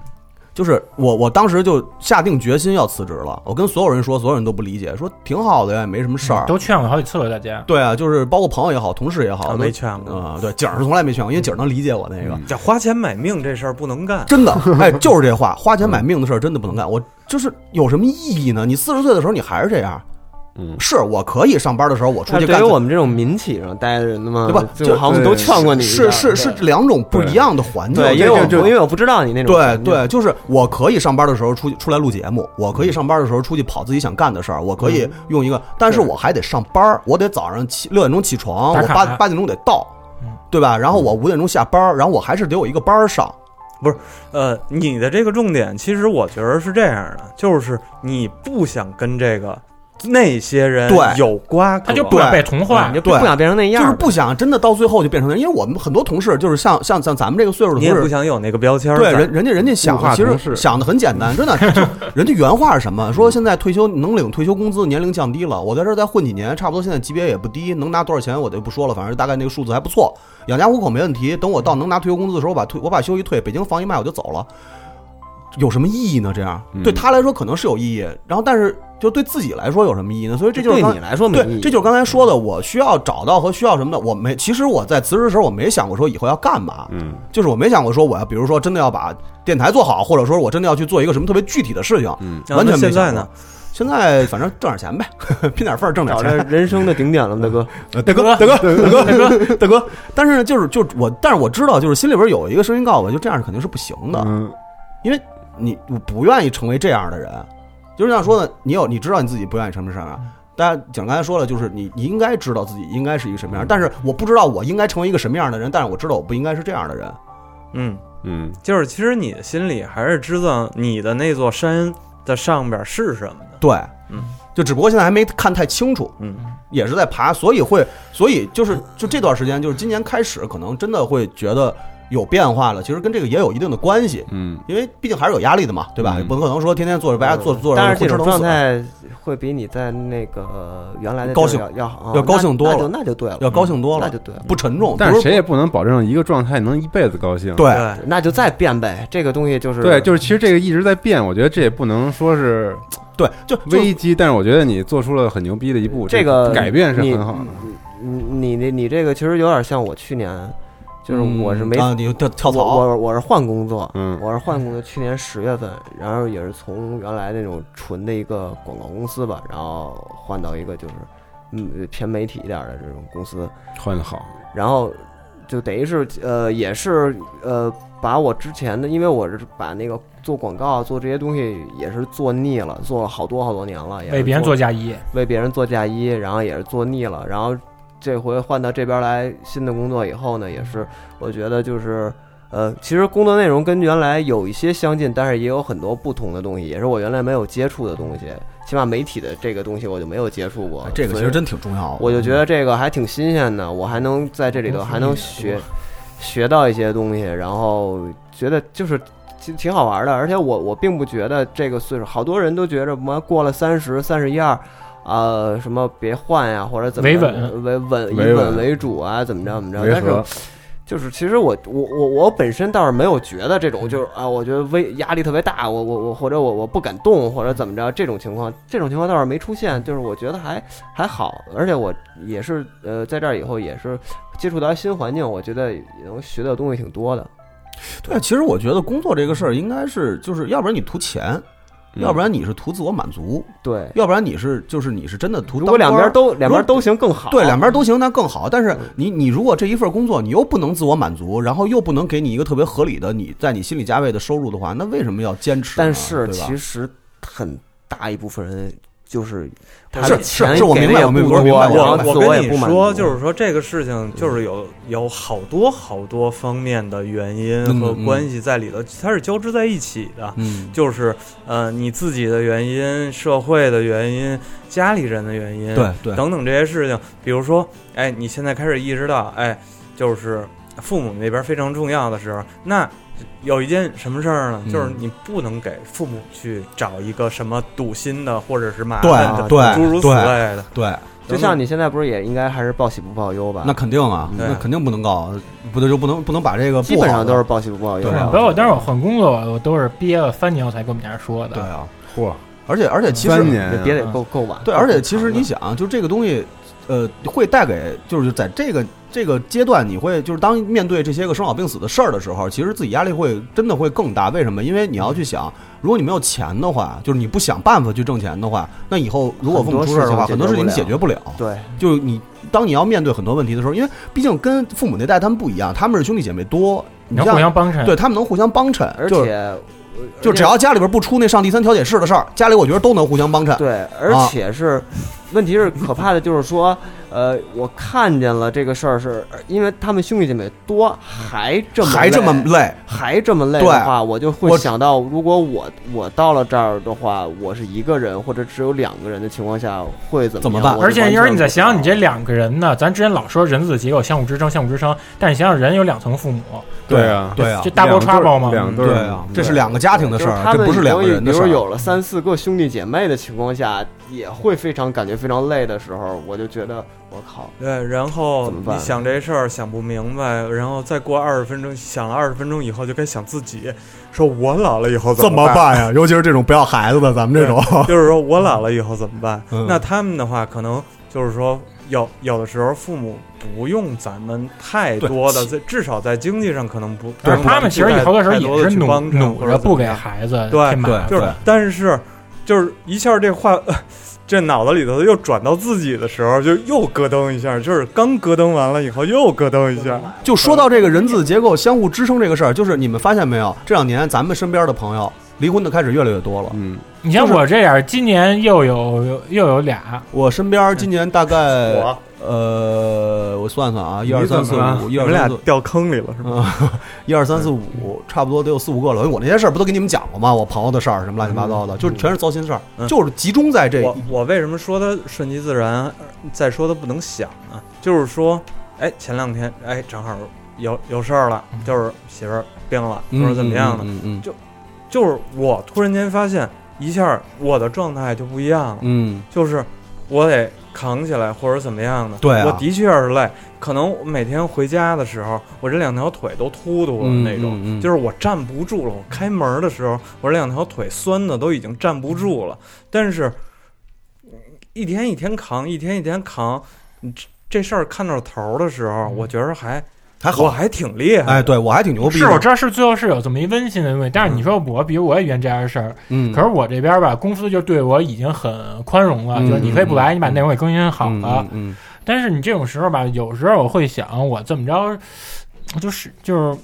就是我，我当时就下定决心要辞职了。我跟所有人说，所有人都不理解，说挺好的呀，也没什么事儿。嗯都劝了好几次了，大家。对啊，就是包括朋友也好，同事也好，啊，都没劝过。啊、对，景儿是从来没劝过，因为景儿能理解我那个，嗯这花钱买命这事儿不能干，真的，哎，就是这话，花钱买命的事儿真的不能干。我就是有什么意义呢？你四十岁的时候你还是这样，嗯是我可以上班的时候我出但去是对干于，我们这种民企上待的人的嘛，对吧就好像都劝过你一是样，是是两种不一样的环境。对，因为我这因种为我不知道你那种对环境，对，就是我可以上班的时候出去出来录节目，我嗯可以上班的时候出去跑自己想干的事儿，我可以用一个，但是我还得上班儿，我得早上七六点钟起床，打我卡八啊八点钟得到嗯，对吧？然后我五点钟下班儿，然后我还是得有一个班儿上。呃，你的这个重点，其实我觉得是这样的，就是你不想跟这个那些人对有瓜葛，他就不想被同化嗯你，就不不想变成那就是样。不想真的到最后就变成那样，因为我们很多同事就是像像像咱们这个岁数的你也同不事，想有那个标签儿对在。人人家人家想物化的其同实事想的很简单，真的，就人家原话是什么？说现在退休能领退休工资，年龄降低了，我在这儿再混几年，差不多现在级别也不低，能拿多少钱我就不说了，反正大概那个数字还不错，养家糊口没问题。等我到能拿退休工资的时候，我把退我把休息退，北京房一卖我就走了。有什么意义呢？这样对他来说可能是有意义，然后但是就对自己来说有什么意义呢？所以这就是对刚你来说没意对，义这就是刚才说的，我需要找到和需要什么的。我没，其实我在辞职的时候我没想过说以后要干嘛，嗯，就是我没想过说我要，比如说真的要把电台做好，或者说我真的要去做一个什么特别具体的事情，嗯那完全没现在想过呢？现在反正挣点钱呗，拼点缝儿挣点找钱着。人生的顶点了，大哥。大哥，大哥，大哥，大哥，大哥。但是呢，就是就是我，但是我知道，就是心里边有一个声音告诉我，就这样肯定是不行的，嗯因为你我不愿意成为这样的人。就是像说呢，你有你知道你自己不愿意成为什么嗯样。大家讲刚才说了，就是你你应该知道自己应该是一个什么样，但是我不知道我应该成为一个什么样的人，但是我知道我不应该是这样的人。嗯，嗯，就是其实你的心里还是知道你的那座山的上边是什么的。对，嗯，就只不过现在还没看太清楚，嗯，也是在爬，所以会，所以嗯就是就这段时间，就是今年开始，可能真的会觉得有变化了。其实跟这个也有一定的关系，嗯，因为毕竟还是有压力的嘛，对吧？嗯不可能说天天坐着白坐坐着，嗯但是这混吃种等状死态会比你在那个呃原来的地儿高兴要要好，啊要高那兴多那了就那就对了，要高兴多了那就对了，不沉重，但不是谁也不能保证一个状态能一辈子高兴。对对，那就再变呗。这个东西就是对，就是其实这个一直在变，我觉得这也不能说是对，就就危机，但是我觉得你做出了很牛逼的一步，这个改变是很好的。你你你你这个其实有点像我去年，就是我是没、嗯啊，你就跳跳我槽，我我是换工作，嗯我是换工作，去年十月份，然后也是从原来那种纯的一个广告公司吧，然后换到一个就是嗯偏媒体一点的这种公司，换的好，然后就等于是呃，也是呃，把我之前的，因为我是把那个做广告、啊做这些东西也是做腻了，做了好多好多年了，也是为别人做嫁衣，为别人做嫁衣，然后也是做腻了，然后这回换到这边来新的工作以后呢，也是我觉得就是。呃，其实工作内容跟原来有一些相近，但是也有很多不同的东西，也是我原来没有接触的东西。起码媒体的这个东西我就没有接触过。哎这个所其以实真挺重要的。嗯我就觉得这个还挺新鲜的，我还能在这里头还能学学到一些东西，然后觉得就是挺挺好玩的。而且我我并不觉得这个岁数，好多人都觉着妈过了三十、三十一二，呃，什么别换呀，或者怎么维样稳维稳以维稳稳为主啊，怎么着怎么着。维但和是就是其实我我我我本身倒是没有觉得这种就是啊，我觉得危压力特别大，我我我或者我我不敢动或者怎么着这种情况，这种情况倒是没出现，就是我觉得还还好，而且我也是呃在这儿以后也是接触到新环境，我觉得也能学到东西挺多的。对，其实我觉得工作这个事儿应该是，就是要不然你图钱，要不然你是图自我满足，对，要不然你是就是你是真的图如果当两官儿边都两如果边都行更好。对，两边都行，那更好。但是你你如果这一份工作你又不能自我满足，然后又不能给你一个特别合理的你在你心理价位的收入的话，那为什么要坚持呢？但是对吧其实很大一部分人就是他是的是钱是我给的明白也我明白不我多，明白然后我我自我跟也你不满说，足。就是说这个事情就是有有好多好多方面的原嗯因和关系在里头，它是交织在一起的。嗯，就是呃，你自己的原因、社会的原因、家里人的原因，对对，等等这些事情。比如说，哎，你现在开始意识到，哎，就是父母那边非常重要的时候，那有一件什么事儿呢？嗯就是你不能给父母去找一个什么堵心的，或者是麻对烦的，对诸如此对类的。对，就像你现在不是也应该还是报喜不报忧吧？那肯定啊，对啊那肯定不能搞，不对就不能不能把这个嗯不基本好上的都是报喜不报忧对啊。嗯包括当时我换工作，我都是憋了三年我才跟我们家人说对的。啊，嚯，而且而且其实三年也啊别得够够晚。对，而且其实你想，啊就这个东西，呃，会带给就是在这个这个阶段，你会就是当面对这些个生老病死的事儿的时候，其实自己压力会真的会更大。为什么？因为你要去想，如果你没有钱的话，就是你不想办法去挣钱的话，那以后如果父母出事儿的话，很很多多事事情你情你解解决决不了。对，就是你当你要面对很多问题的时候，因为毕竟跟父母那代他们不一样，他们是兄弟姐妹多，你能互像相帮衬，对他们能互相帮衬，而就是且就只要家里边不出那上第三调解室的事儿，家里我觉得都能互相帮衬。对，而啊且是问题是可怕的，就是说，呃，我看见了这个事儿，是因为他们兄弟姐妹多，还这么还这么累累，还这么累对的话，我就会我想到，如果我我到了这儿的话，我是一个人或者只有两个人的情况下，会怎么怎么样办我就而且完一会儿全你再不知想想，道你这两个人呢，咱之前老说人子的结构相互支撑，相互支撑，但你想想人有两层父母，对啊，对啊这，大包叉包嘛，两对嗯对啊，这是两个家庭的事就是儿，嗯他这们不是两等个于人的事比儿。如有了三四个兄弟姐妹的情况下，也会非常感觉非常累的时候，我就觉得我靠，对，然后怎么办你想这事儿想不明白，然后再过二十分钟，想了二十分钟以后，就该想自己，说我老了以后怎么么办呀？尤其是这种不要孩子的，咱们这种， 就是说我老了以后怎么办？嗯那他们的话，可能就是说，有有的时候父母不用咱们太多的，在至少在经济上可能不，不就是用他们其实有的时候太多也的是去努帮衬努或者着怎不么给样孩子对添麻烦，就是但是就是一下这话， 这脑子里头又转到自己的时候，就又咯噔一下，就是刚咯噔完了以后又咯噔一下，就说到这个人字结构相互支撑这个事儿，就是你们发现没有，这两年咱们身边的朋友离婚的开始越来越多了。嗯，你像我这样，今年又有又有俩，我身边今年大概我呃，我算算啊，一二你怎三么四了五，你一们二俩三四。掉坑里了是吗？啊， 一二三四五，差不多得有四五个了。我那些事儿不都给你们讲过吗？我朋友的事儿，什么乱七八糟的，就是全是糟心事儿，嗯就是集中在这我我为什么说它顺其自然，再说它不能想呢？就是说，哎，前两天哎，正好有有事儿了，就是媳妇儿病了，嗯或者怎么样的，嗯嗯就是我突然间发现，一下我的状态就不一样了，嗯，就是我得扛起来或者怎么样的。对啊我的确是累，可能我每天回家的时候，我这两条腿都突突了嗯那种，嗯嗯就是我站不住了。我开门的时候，我这两条腿酸的都已经站不住了，但是嗯一天一天扛，一天一天扛，嗯这这事儿看到头儿的时嗯候，我觉得还还我好。还挺厉害的。哎，对我还挺牛逼是我的。知道是最后是有这么一温馨的问题，但是你嗯说我，比如我也遇见这样的事儿，嗯，可是我这边吧，公司就对我已经很宽容了，嗯就是你可以不来，你把内容给更新好嗯了。啊嗯嗯但是你这种时候吧，有时候我会想，我怎么着，就是就是。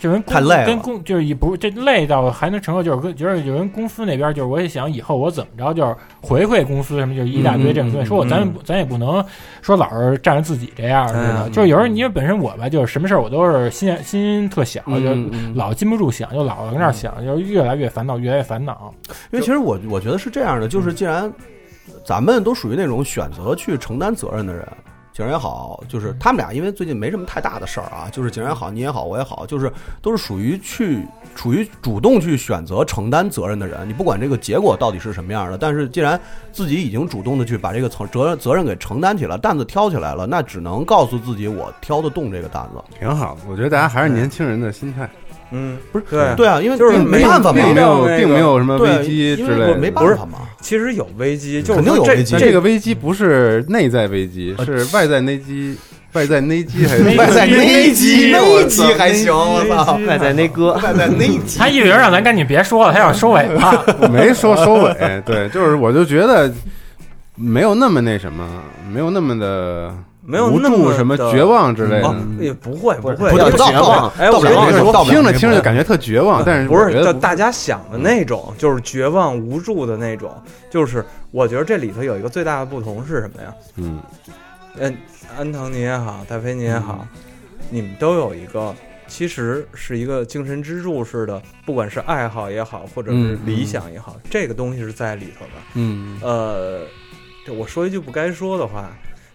就跟公太累了跟公就是也不这累到还能承受，就是跟就是有人公司那边就是我也想以后我怎么着就是回馈公司什么，就是一大堆这种东嗯嗯嗯西。说我咱也不咱也不能说老是站着自己这样似哎的，嗯就是有时候因为本身我吧就是什么事儿我都是心心特小，嗯就嗯嗯老禁不住想，就老跟那儿想，就越来越烦恼，越来越烦恼。因为其实我我觉得是这样的，就是既然咱们都属于那种选择去承担责任的人，景儿也好，就是他们俩因为最近没什么太大的事儿啊，就是景儿也好，你也好，我也好，就是都是属于去属于主动去选择承担责任的人。你不管这个结果到底是什么样的，但是既然自己已经主动的去把这个责责任责任给承担起来，担子挑起来了，那只能告诉自己我挑得动这个担子。挺好的。我觉得大家还是年轻人的心态，嗯，不是对对啊，因为就是并没没办法嘛没并没有那个并没有什么对危机因之为类的，没不办是法嘛。其实有危机，就是肯定说有这危机但这这个危机不是内在危机，呃是外在内机，外在内机还是外在内内机，内机还行，我操！嗯外在那歌，外在内机，他一直让咱赶紧别说了，他要收尾了。没说收尾，对，就是我就觉得没有那么那什么，没有那么的没有无那助么什么的绝望之类哦的。也不会不会，不因为对，到绝望哎到我不了觉那得个时候到不了听着那个听着时就候感觉特绝望，但是不我是觉得就大家想的那种，就是绝望无助的那种。就是我觉得这里头有一个最大的不同是什么呀？嗯，嗯，安藤你也好，戴飞你也好，嗯你们都有一个，其实是一个精神支柱似的，不管是爱好也好，或者是嗯嗯理想也好，这个东西是在里头的。嗯，呃，这我说一句不该说的话，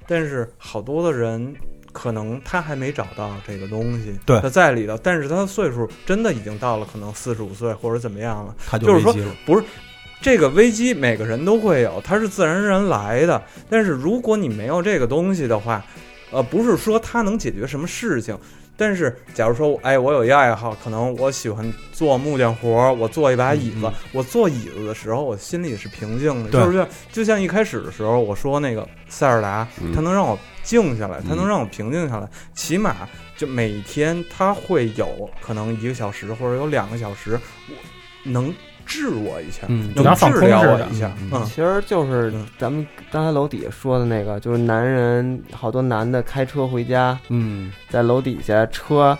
但是好多的人可能他还没找到这个东西，对他在里头，但是他的岁数真的已经到了可能四十五岁或者怎么样了，他就就是危说机了。不是。这个危机每个人都会有，它是自然而然来的。但是如果你没有这个东西的话，呃，不是说它能解决什么事情，但是假如说，哎，我有一爱好，可能我喜欢做木匠活儿，我做一把椅子。嗯嗯我做椅子的时候，我心里是平静的，对就是就像一开始的时候我说那个塞尔达，嗯它能让我静下来，嗯它能让我平静下来，起码就每天它会有可能一个小时或者有两个小时，我能治我一下，嗯就当能放治空疗似我的一下，嗯嗯其实就是嗯咱们刚才楼底下说的那个，就是男人好多男的开车回家，嗯，在楼底下车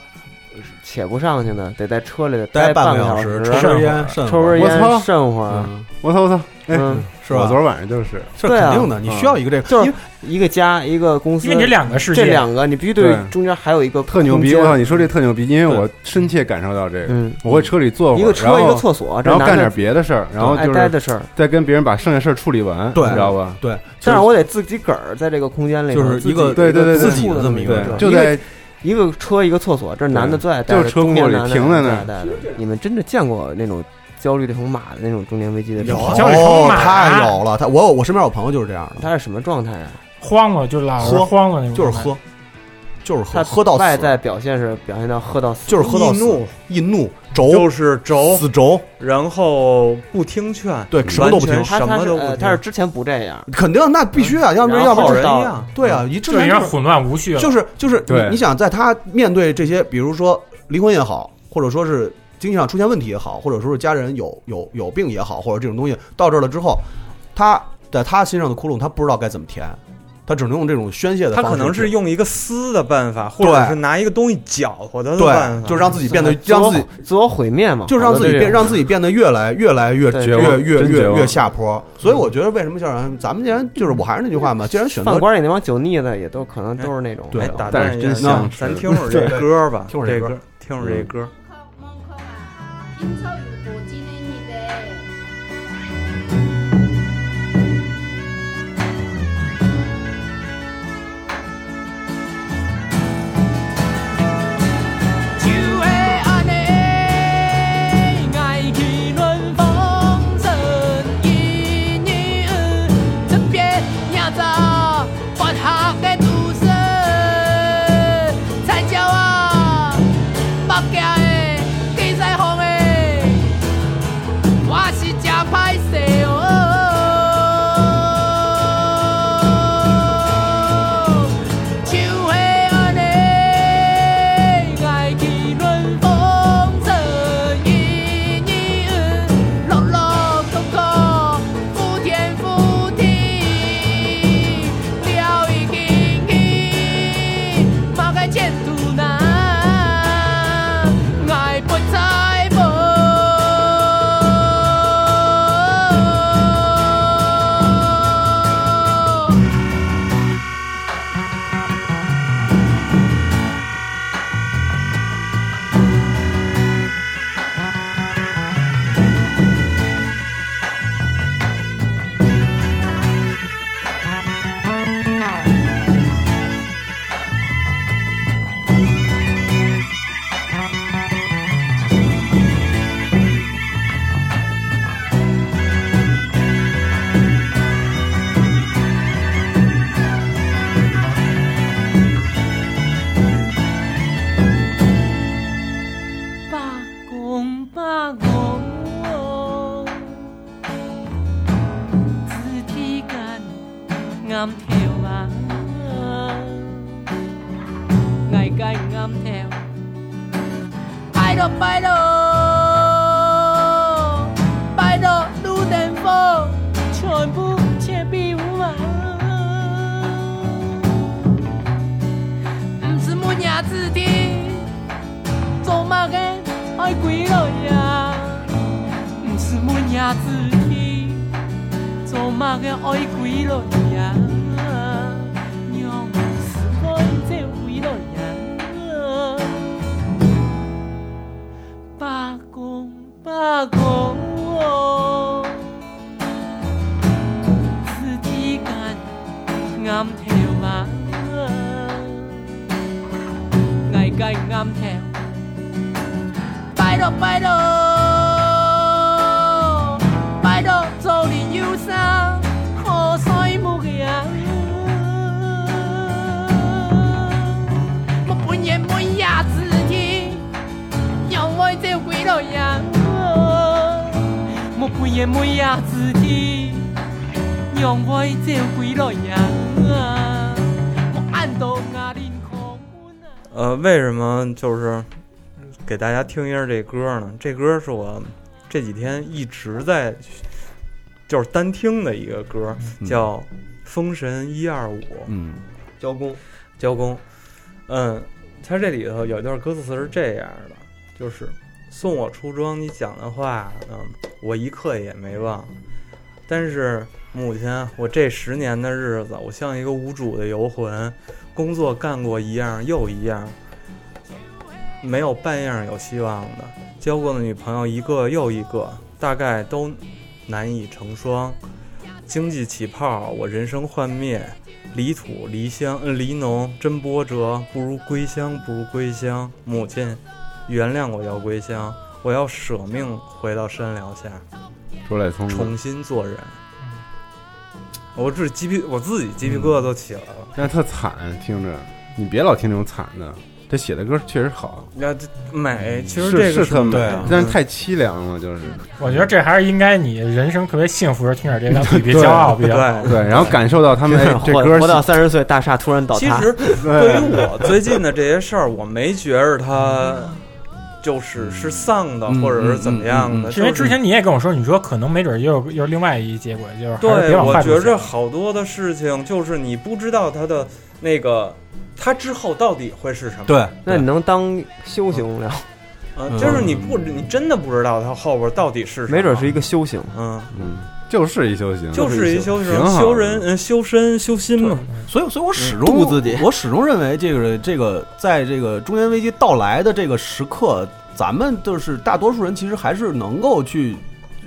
且不上去呢，得在车里待半半个小时时，，抽根烟，慎抽根烟，我操烟，慎会儿。嗯我操我操，哎，嗯，是我吧昨？儿晚上就是这对肯啊定的，你需要一个这个，就是因为一个家，一个公司，因为你两个世这界，两个你必须对对中间还有一个特牛逼！空我间操，你说这特牛逼，因为我深切感受到这个，嗯，我会车里坐会一儿，个然车一个后厕所，这然后干男的点别的事儿，然后爱就呆是的事儿，再跟别人把剩下事儿处理完，对你知道吧？对，这样我得自己个儿在这个空间里，就是自己一个对对对对自己的这么一个对人就在一个车一个厕所，这是男的最爱待就是车库里停在那儿儿。你们真的见过那种焦虑得成马的那种中年危机的状啊态。焦虑成马哦太有了。他我有我身边有朋友就是这样的，他是什么状态啊？慌了就老是喝慌了那种，就是喝，，就是喝，他喝到死外在表现是表现到喝到死，就是喝到易死怒，易怒，轴嗯就是轴，死轴，然后不听劝，对什么都不听完全他什他么是都不呃听。他是之前不这样，肯定那必须啊，要不然要然不后然人到一样对啊，一就正有常点就是混乱无序了，就是就是对你你想在他面对这些，比如说离婚也好，或者说是经济上出现问题也好，或者说是家人有有有病也好，或者这种东西到这儿了之后，他在他心上的窟窿，他不知道该怎么填，他只能用这种宣泄的他方式去，可能是用一个撕的办法，或者对是拿一个东西搅和他的办对，法，就是让自己变得自让我自己自我毁灭嘛，就是让自己变，让自己己变得越来越来越对越绝望越真绝越望嗯越下坡。所以我觉得为什么校长，咱们既然就是我还是那句话嗯嘛，既然选择饭馆里那帮酒腻子也都可能都是那种对哎，啊打但断是一真下香，咱听会儿这歌吧，听会儿这这歌，听会儿这歌。 멍컹아 인터뷰고 지낸이래 주의 안에 아이 기는 봉선 기니 특별 야자 번학의 두세 잔자와 밖에 기사의 홍해 我是真歹势哦。像迄安尼，爱去论风尘，一一落落空空，福天福地，聊以经营，莫该前途难，爱不猜不。八公八公，肢体间暗跳啊，爱间暗跳，拜托拜托，拜托路灯风，全部切比无嘛。唔是木娘子的。做嘛个爱归落呀？不是每夜自己做嘛个爱归落呀？娘是爱这归落呀？八公八公哦，自己间暗跳啊，爱该暗跳。拜托拜托，拜托做你忧伤，可惜无人。我半夜半夜自己，让我这鬼老人。我半夜半夜自己，让我这鬼老人。我暗度牙林空。呃，为什么就是给大家听一下这歌呢？这歌是我这几天一直在就是单听的一个歌，叫《封神一二五》。嗯，交工，交工，嗯，它这里头有一段歌词是这样的，就是送我出征，你讲的话，嗯，我一刻也没忘。但是母亲，啊我这十年的日子，我像一个无主的游魂，工作干过一样又一样，没有半样有希望的。交过的女朋友一个又一个，大概都难以成双。经济起泡，我人生幻灭，离土离乡，呃离农真波折，不如归乡，不如归乡。母亲，原谅我要归乡，我要舍命回到深辽下，说来聪重明，新做人。我这鸡皮，我自己鸡皮疙瘩都起来了。但是特惨，听着，你别老听这种惨的。这写的歌确实好，呀，这美，其实是这个是特美对，，啊嗯但是太凄凉了，就是。我觉得这还是应该你人生特别幸福时候听点这张，比别骄傲比较好。对，然后感受到他 们哎这活歌活到三十岁，大厦突然倒其塌。实对于我最近的这些事儿，我没觉着它就是是丧的，嗯或者是怎么样的。是因为就是之前你也跟我说，你说可能没准又又是另外一结果，就是还是对，别往我坏处觉想着好多的事情就是你不知道它的那个，它之后到底会是什么。那你能当修行无聊？呃嗯就是你不，你真的不知道它后边到底是什么，没准是一个修行。嗯嗯，就是一修行，嗯就是一修行，行修人呃修身修心嘛。所以，所以我始终我始终认为这个这个，在这个中年危机到来的这个时刻，咱们就是大多数人其实还是能够去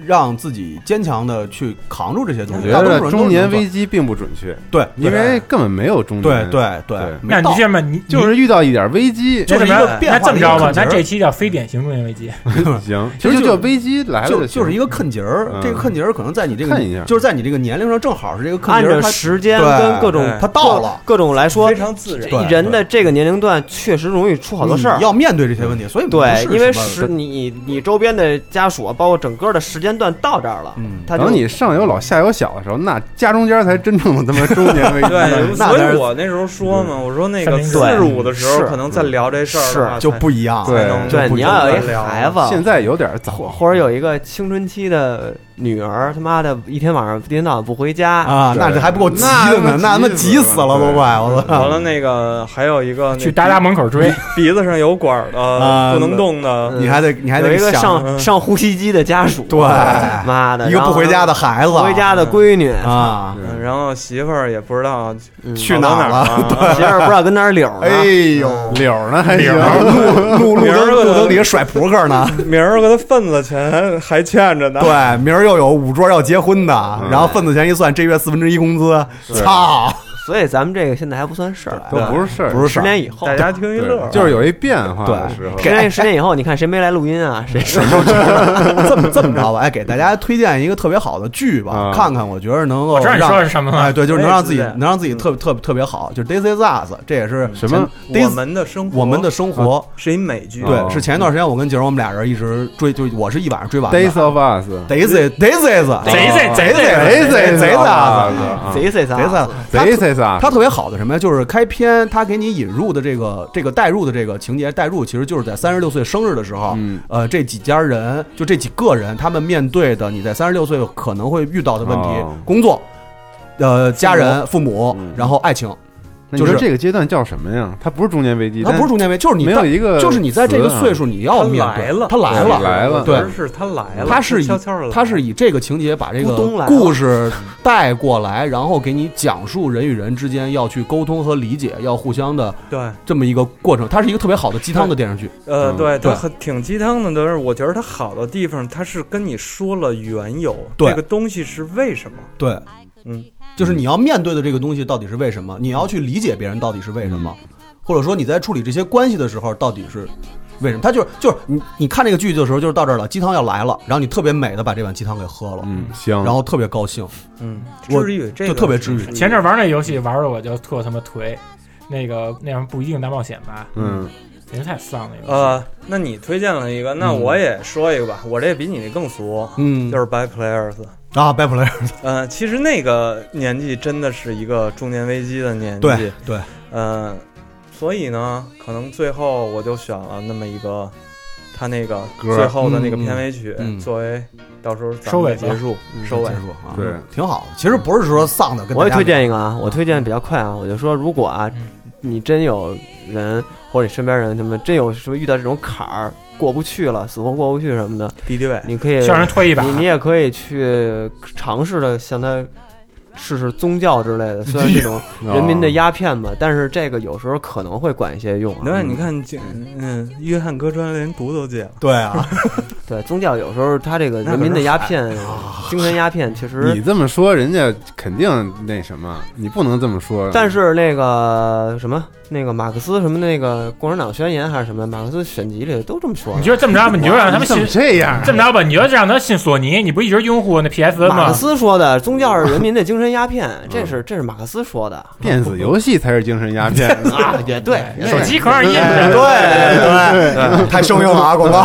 让自己坚强的去扛住这些东我西。觉大多数得人中年危嗯机，机并不准确，对因为根本没有中年，对对对那你这么你就是遇到一点危机，那怎么着那这么着吧，咱这期期叫非典型中年危机。行，其实就就叫危机来了就行就是一个啃节儿嗯。这个啃节儿可能在你这个看一下就是在你这个年龄上正好是这个啃按节儿，照它时间对跟各种它到了。各种来说，非常自然这对人的这个年龄段确实容易出好多事儿，你要面对这些问题，所以不对是，因为什么时你你周边的家属，啊包括整个的时间段到这儿了，嗯他就等你上有老下有小的时候，那家中间才真正的他妈中年危机。 对，那当所以然我那时候说嘛，我说那三个明治四十五的时候，是可能再聊这事儿的话是就才不一样才能对，你要有一聊啊孩子，现在有点早或或者有一个青春期的女儿，他妈的一天晚上一天到晚不回家 啊那这还不够急的呢那他妈急死了都快我操完了，那个还有一个那去大家门口追鼻鼻子上有管儿的，啊不能动的，嗯你还得你还有得一个想嗯上上呼吸机的家属，对妈的，一个不回家的孩子不回家的闺女啊嗯然后媳妇儿也不知道去哪哪儿儿了啊 媳妇儿不知道跟哪儿溜呢，哎呦，柳儿呢还行， 路路明儿灯个路灯底下甩扑克呢。明儿个他份子钱还欠着呢。对，明儿又有五桌要结婚的，然后份子钱一算，这月四分之一工资，操！所以咱们这个现在还不算事儿，啊都不是事 儿，不是事儿十年以后大家听一乐啊对就是有一变化的时 候。十年十年以后，你看谁没来录音啊？谁这么这么着吧，哎，给大家推荐一个特别好的剧吧，看看，我觉得能够我知道你让说的是什么了哎，对，就是能让自己我也知能让自己特特特别好，就是《This Is Us》，这也是什么前我们的生活我们的生活是一美剧对哦，是前一段时间我跟杰儿我们俩人一直追，就我是一晚上追完的。 Days of Us， Days Days Days- Days Days Days Days Days- Days Days 嗯 Days- Days- Us 它特别好的什么呀？就是开篇它给你引入的这个这个带入的这个情节带入，其实就是在三十六岁生日的时嗯候，呃，这几家人就这几个人，他们面对的你在三十六岁可能会遇到的问题哦，工作，呃，家人、父母，然后爱情。那你就说是这个阶段叫什么呀？它不是中年危机，它不是中年危，就是你没在有一个，啊就是你在这个岁数，你要面对它来了，来了，对，是他来了，他是以悄悄的，他是以这个情节把这咕咚来个了故事带过来，然后给你讲述人与人之间要去沟通和理解，要互相的对这么一个过程。它是一个特别好的鸡汤的电视剧。呃，嗯对，它对很挺鸡汤的，但是我觉得它好的地方，它是跟你说了缘由，对这个东西是为什么，对，嗯，就是你要面对的这个东西到底是为什么，你要去理解别人到底是为什么，或者说你在处理这些关系的时候到底是。为什么？他就是就是你，你看这个剧的时候，就是到这儿了，鸡汤要来了，然后你特别美的把这碗鸡汤给喝了，嗯，行，然后特别高兴，嗯我就特别治愈。前阵玩那游戏玩的我就特他妈颓，那个那什么不一定大冒险吧？嗯，简直太丧了。呃，那你推荐了一个，那嗯我也说一个吧，我这比你那更俗，嗯就是 By Players。啊，Bad Players，呃，其实那个年纪真的是一个中年危机的年纪，对对，呃，所以呢，可能最后我就选了那么一个，他那个歌最后的那个嗯片尾曲、嗯作为到时候咱收们尾的结束，收尾结束啊，挺好的。其实不是说丧的，跟我也大家推荐一个啊，我推荐比较快啊，我就说，如果啊，你真有人或者你身边人他们真有什么遇到这种坎儿过不去了，死活过不去什么的，敌敌畏你可以向人推一把你你也可以去尝试着向他试试宗教之类 的，虽然这种哦嗯人民的鸦片吧，但是这个有时候可能会管一些用、啊。另外，嗯你看，这嗯，约翰·戈川连毒都戒了。对啊，对宗教有时候他这个人民的鸦片、哦精神鸦片， 确实哦你这么说，人家肯定那什么，你不能这么说。但是那个什么，那个马克思什么那个《共产党宣言》还是什么，马克思选集里都这么说。你就这么着吧，你就让他们怎信么这样这么着吧，你就让他信索尼，你不一直拥护那 PSN 吗？马克思说的，宗教是人民的精神鸦片，这是这是马克思说的。电子游戏才是精神鸦 片 啊，也对，手机壳儿一对样对对对，太生硬了啊 广告。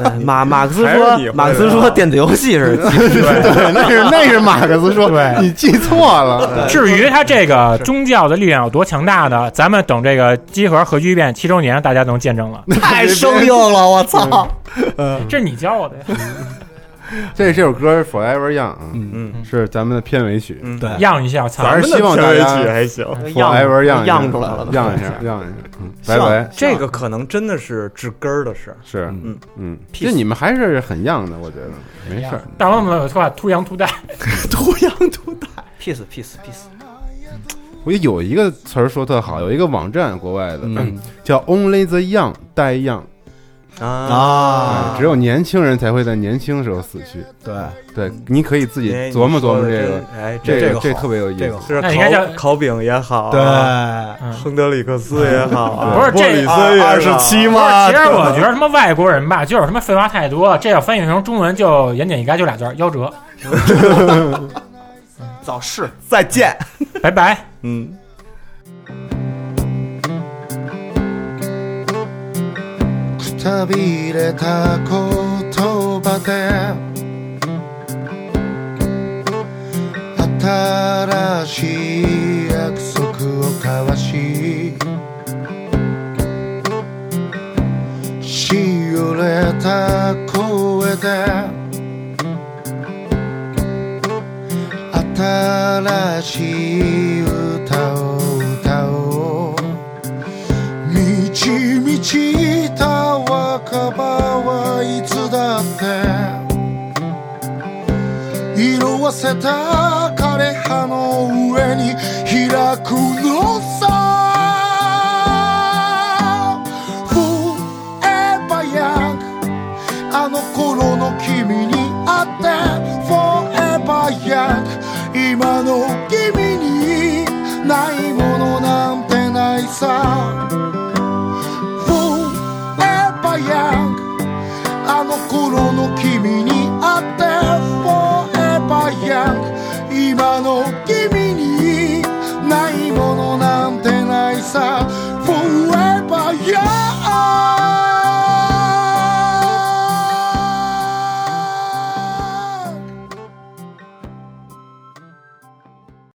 呃马马克思还是说你会，的马克思说电子游戏是对，那是那是马克思说，对你记错了。至于他这个宗教的力量有多强大呢？咱们等这个集合核聚变七周年，大家能见证了。太生硬了，我操！这是你教我的呀，这这首歌《Forever Young》，嗯嗯，是咱们的片尾曲，嗯对样一下操咱是希望大咱们的片尾曲家还行，Forever Young 样出来了都样一下，样一下，嗯，拜拜。这个可能真的是治根儿的事儿。是，嗯嗯，就你们还是很样的，我觉得没事儿。大王们说话 too young too die， peace peace peace。我有一个词儿说特好，有一个网站国外的、嗯 嗯叫 Only the Young 带 Young 啊哎只有年轻人才会在年轻时候死去。对对，你可以自己哎琢磨琢磨你说的这真个，哎，这这个这特别有意思。就是那应该叫烤烤饼也好，对嗯亨德里克斯也好啊，不是莫这里森也好不是其实我觉得他妈外国人吧，就是他妈废话太多了，这要翻译成中文就言简意赅，就俩字儿：夭折。早逝，再见，拜拜。嗯。くたびれた言葉で新しい約束を交わししおれた声で新しい歌を歌おう満ち満ちた若葉はいつだって色あせた枯葉の上に開くのさ Forever young あの頃の君に会って Forever young 今の君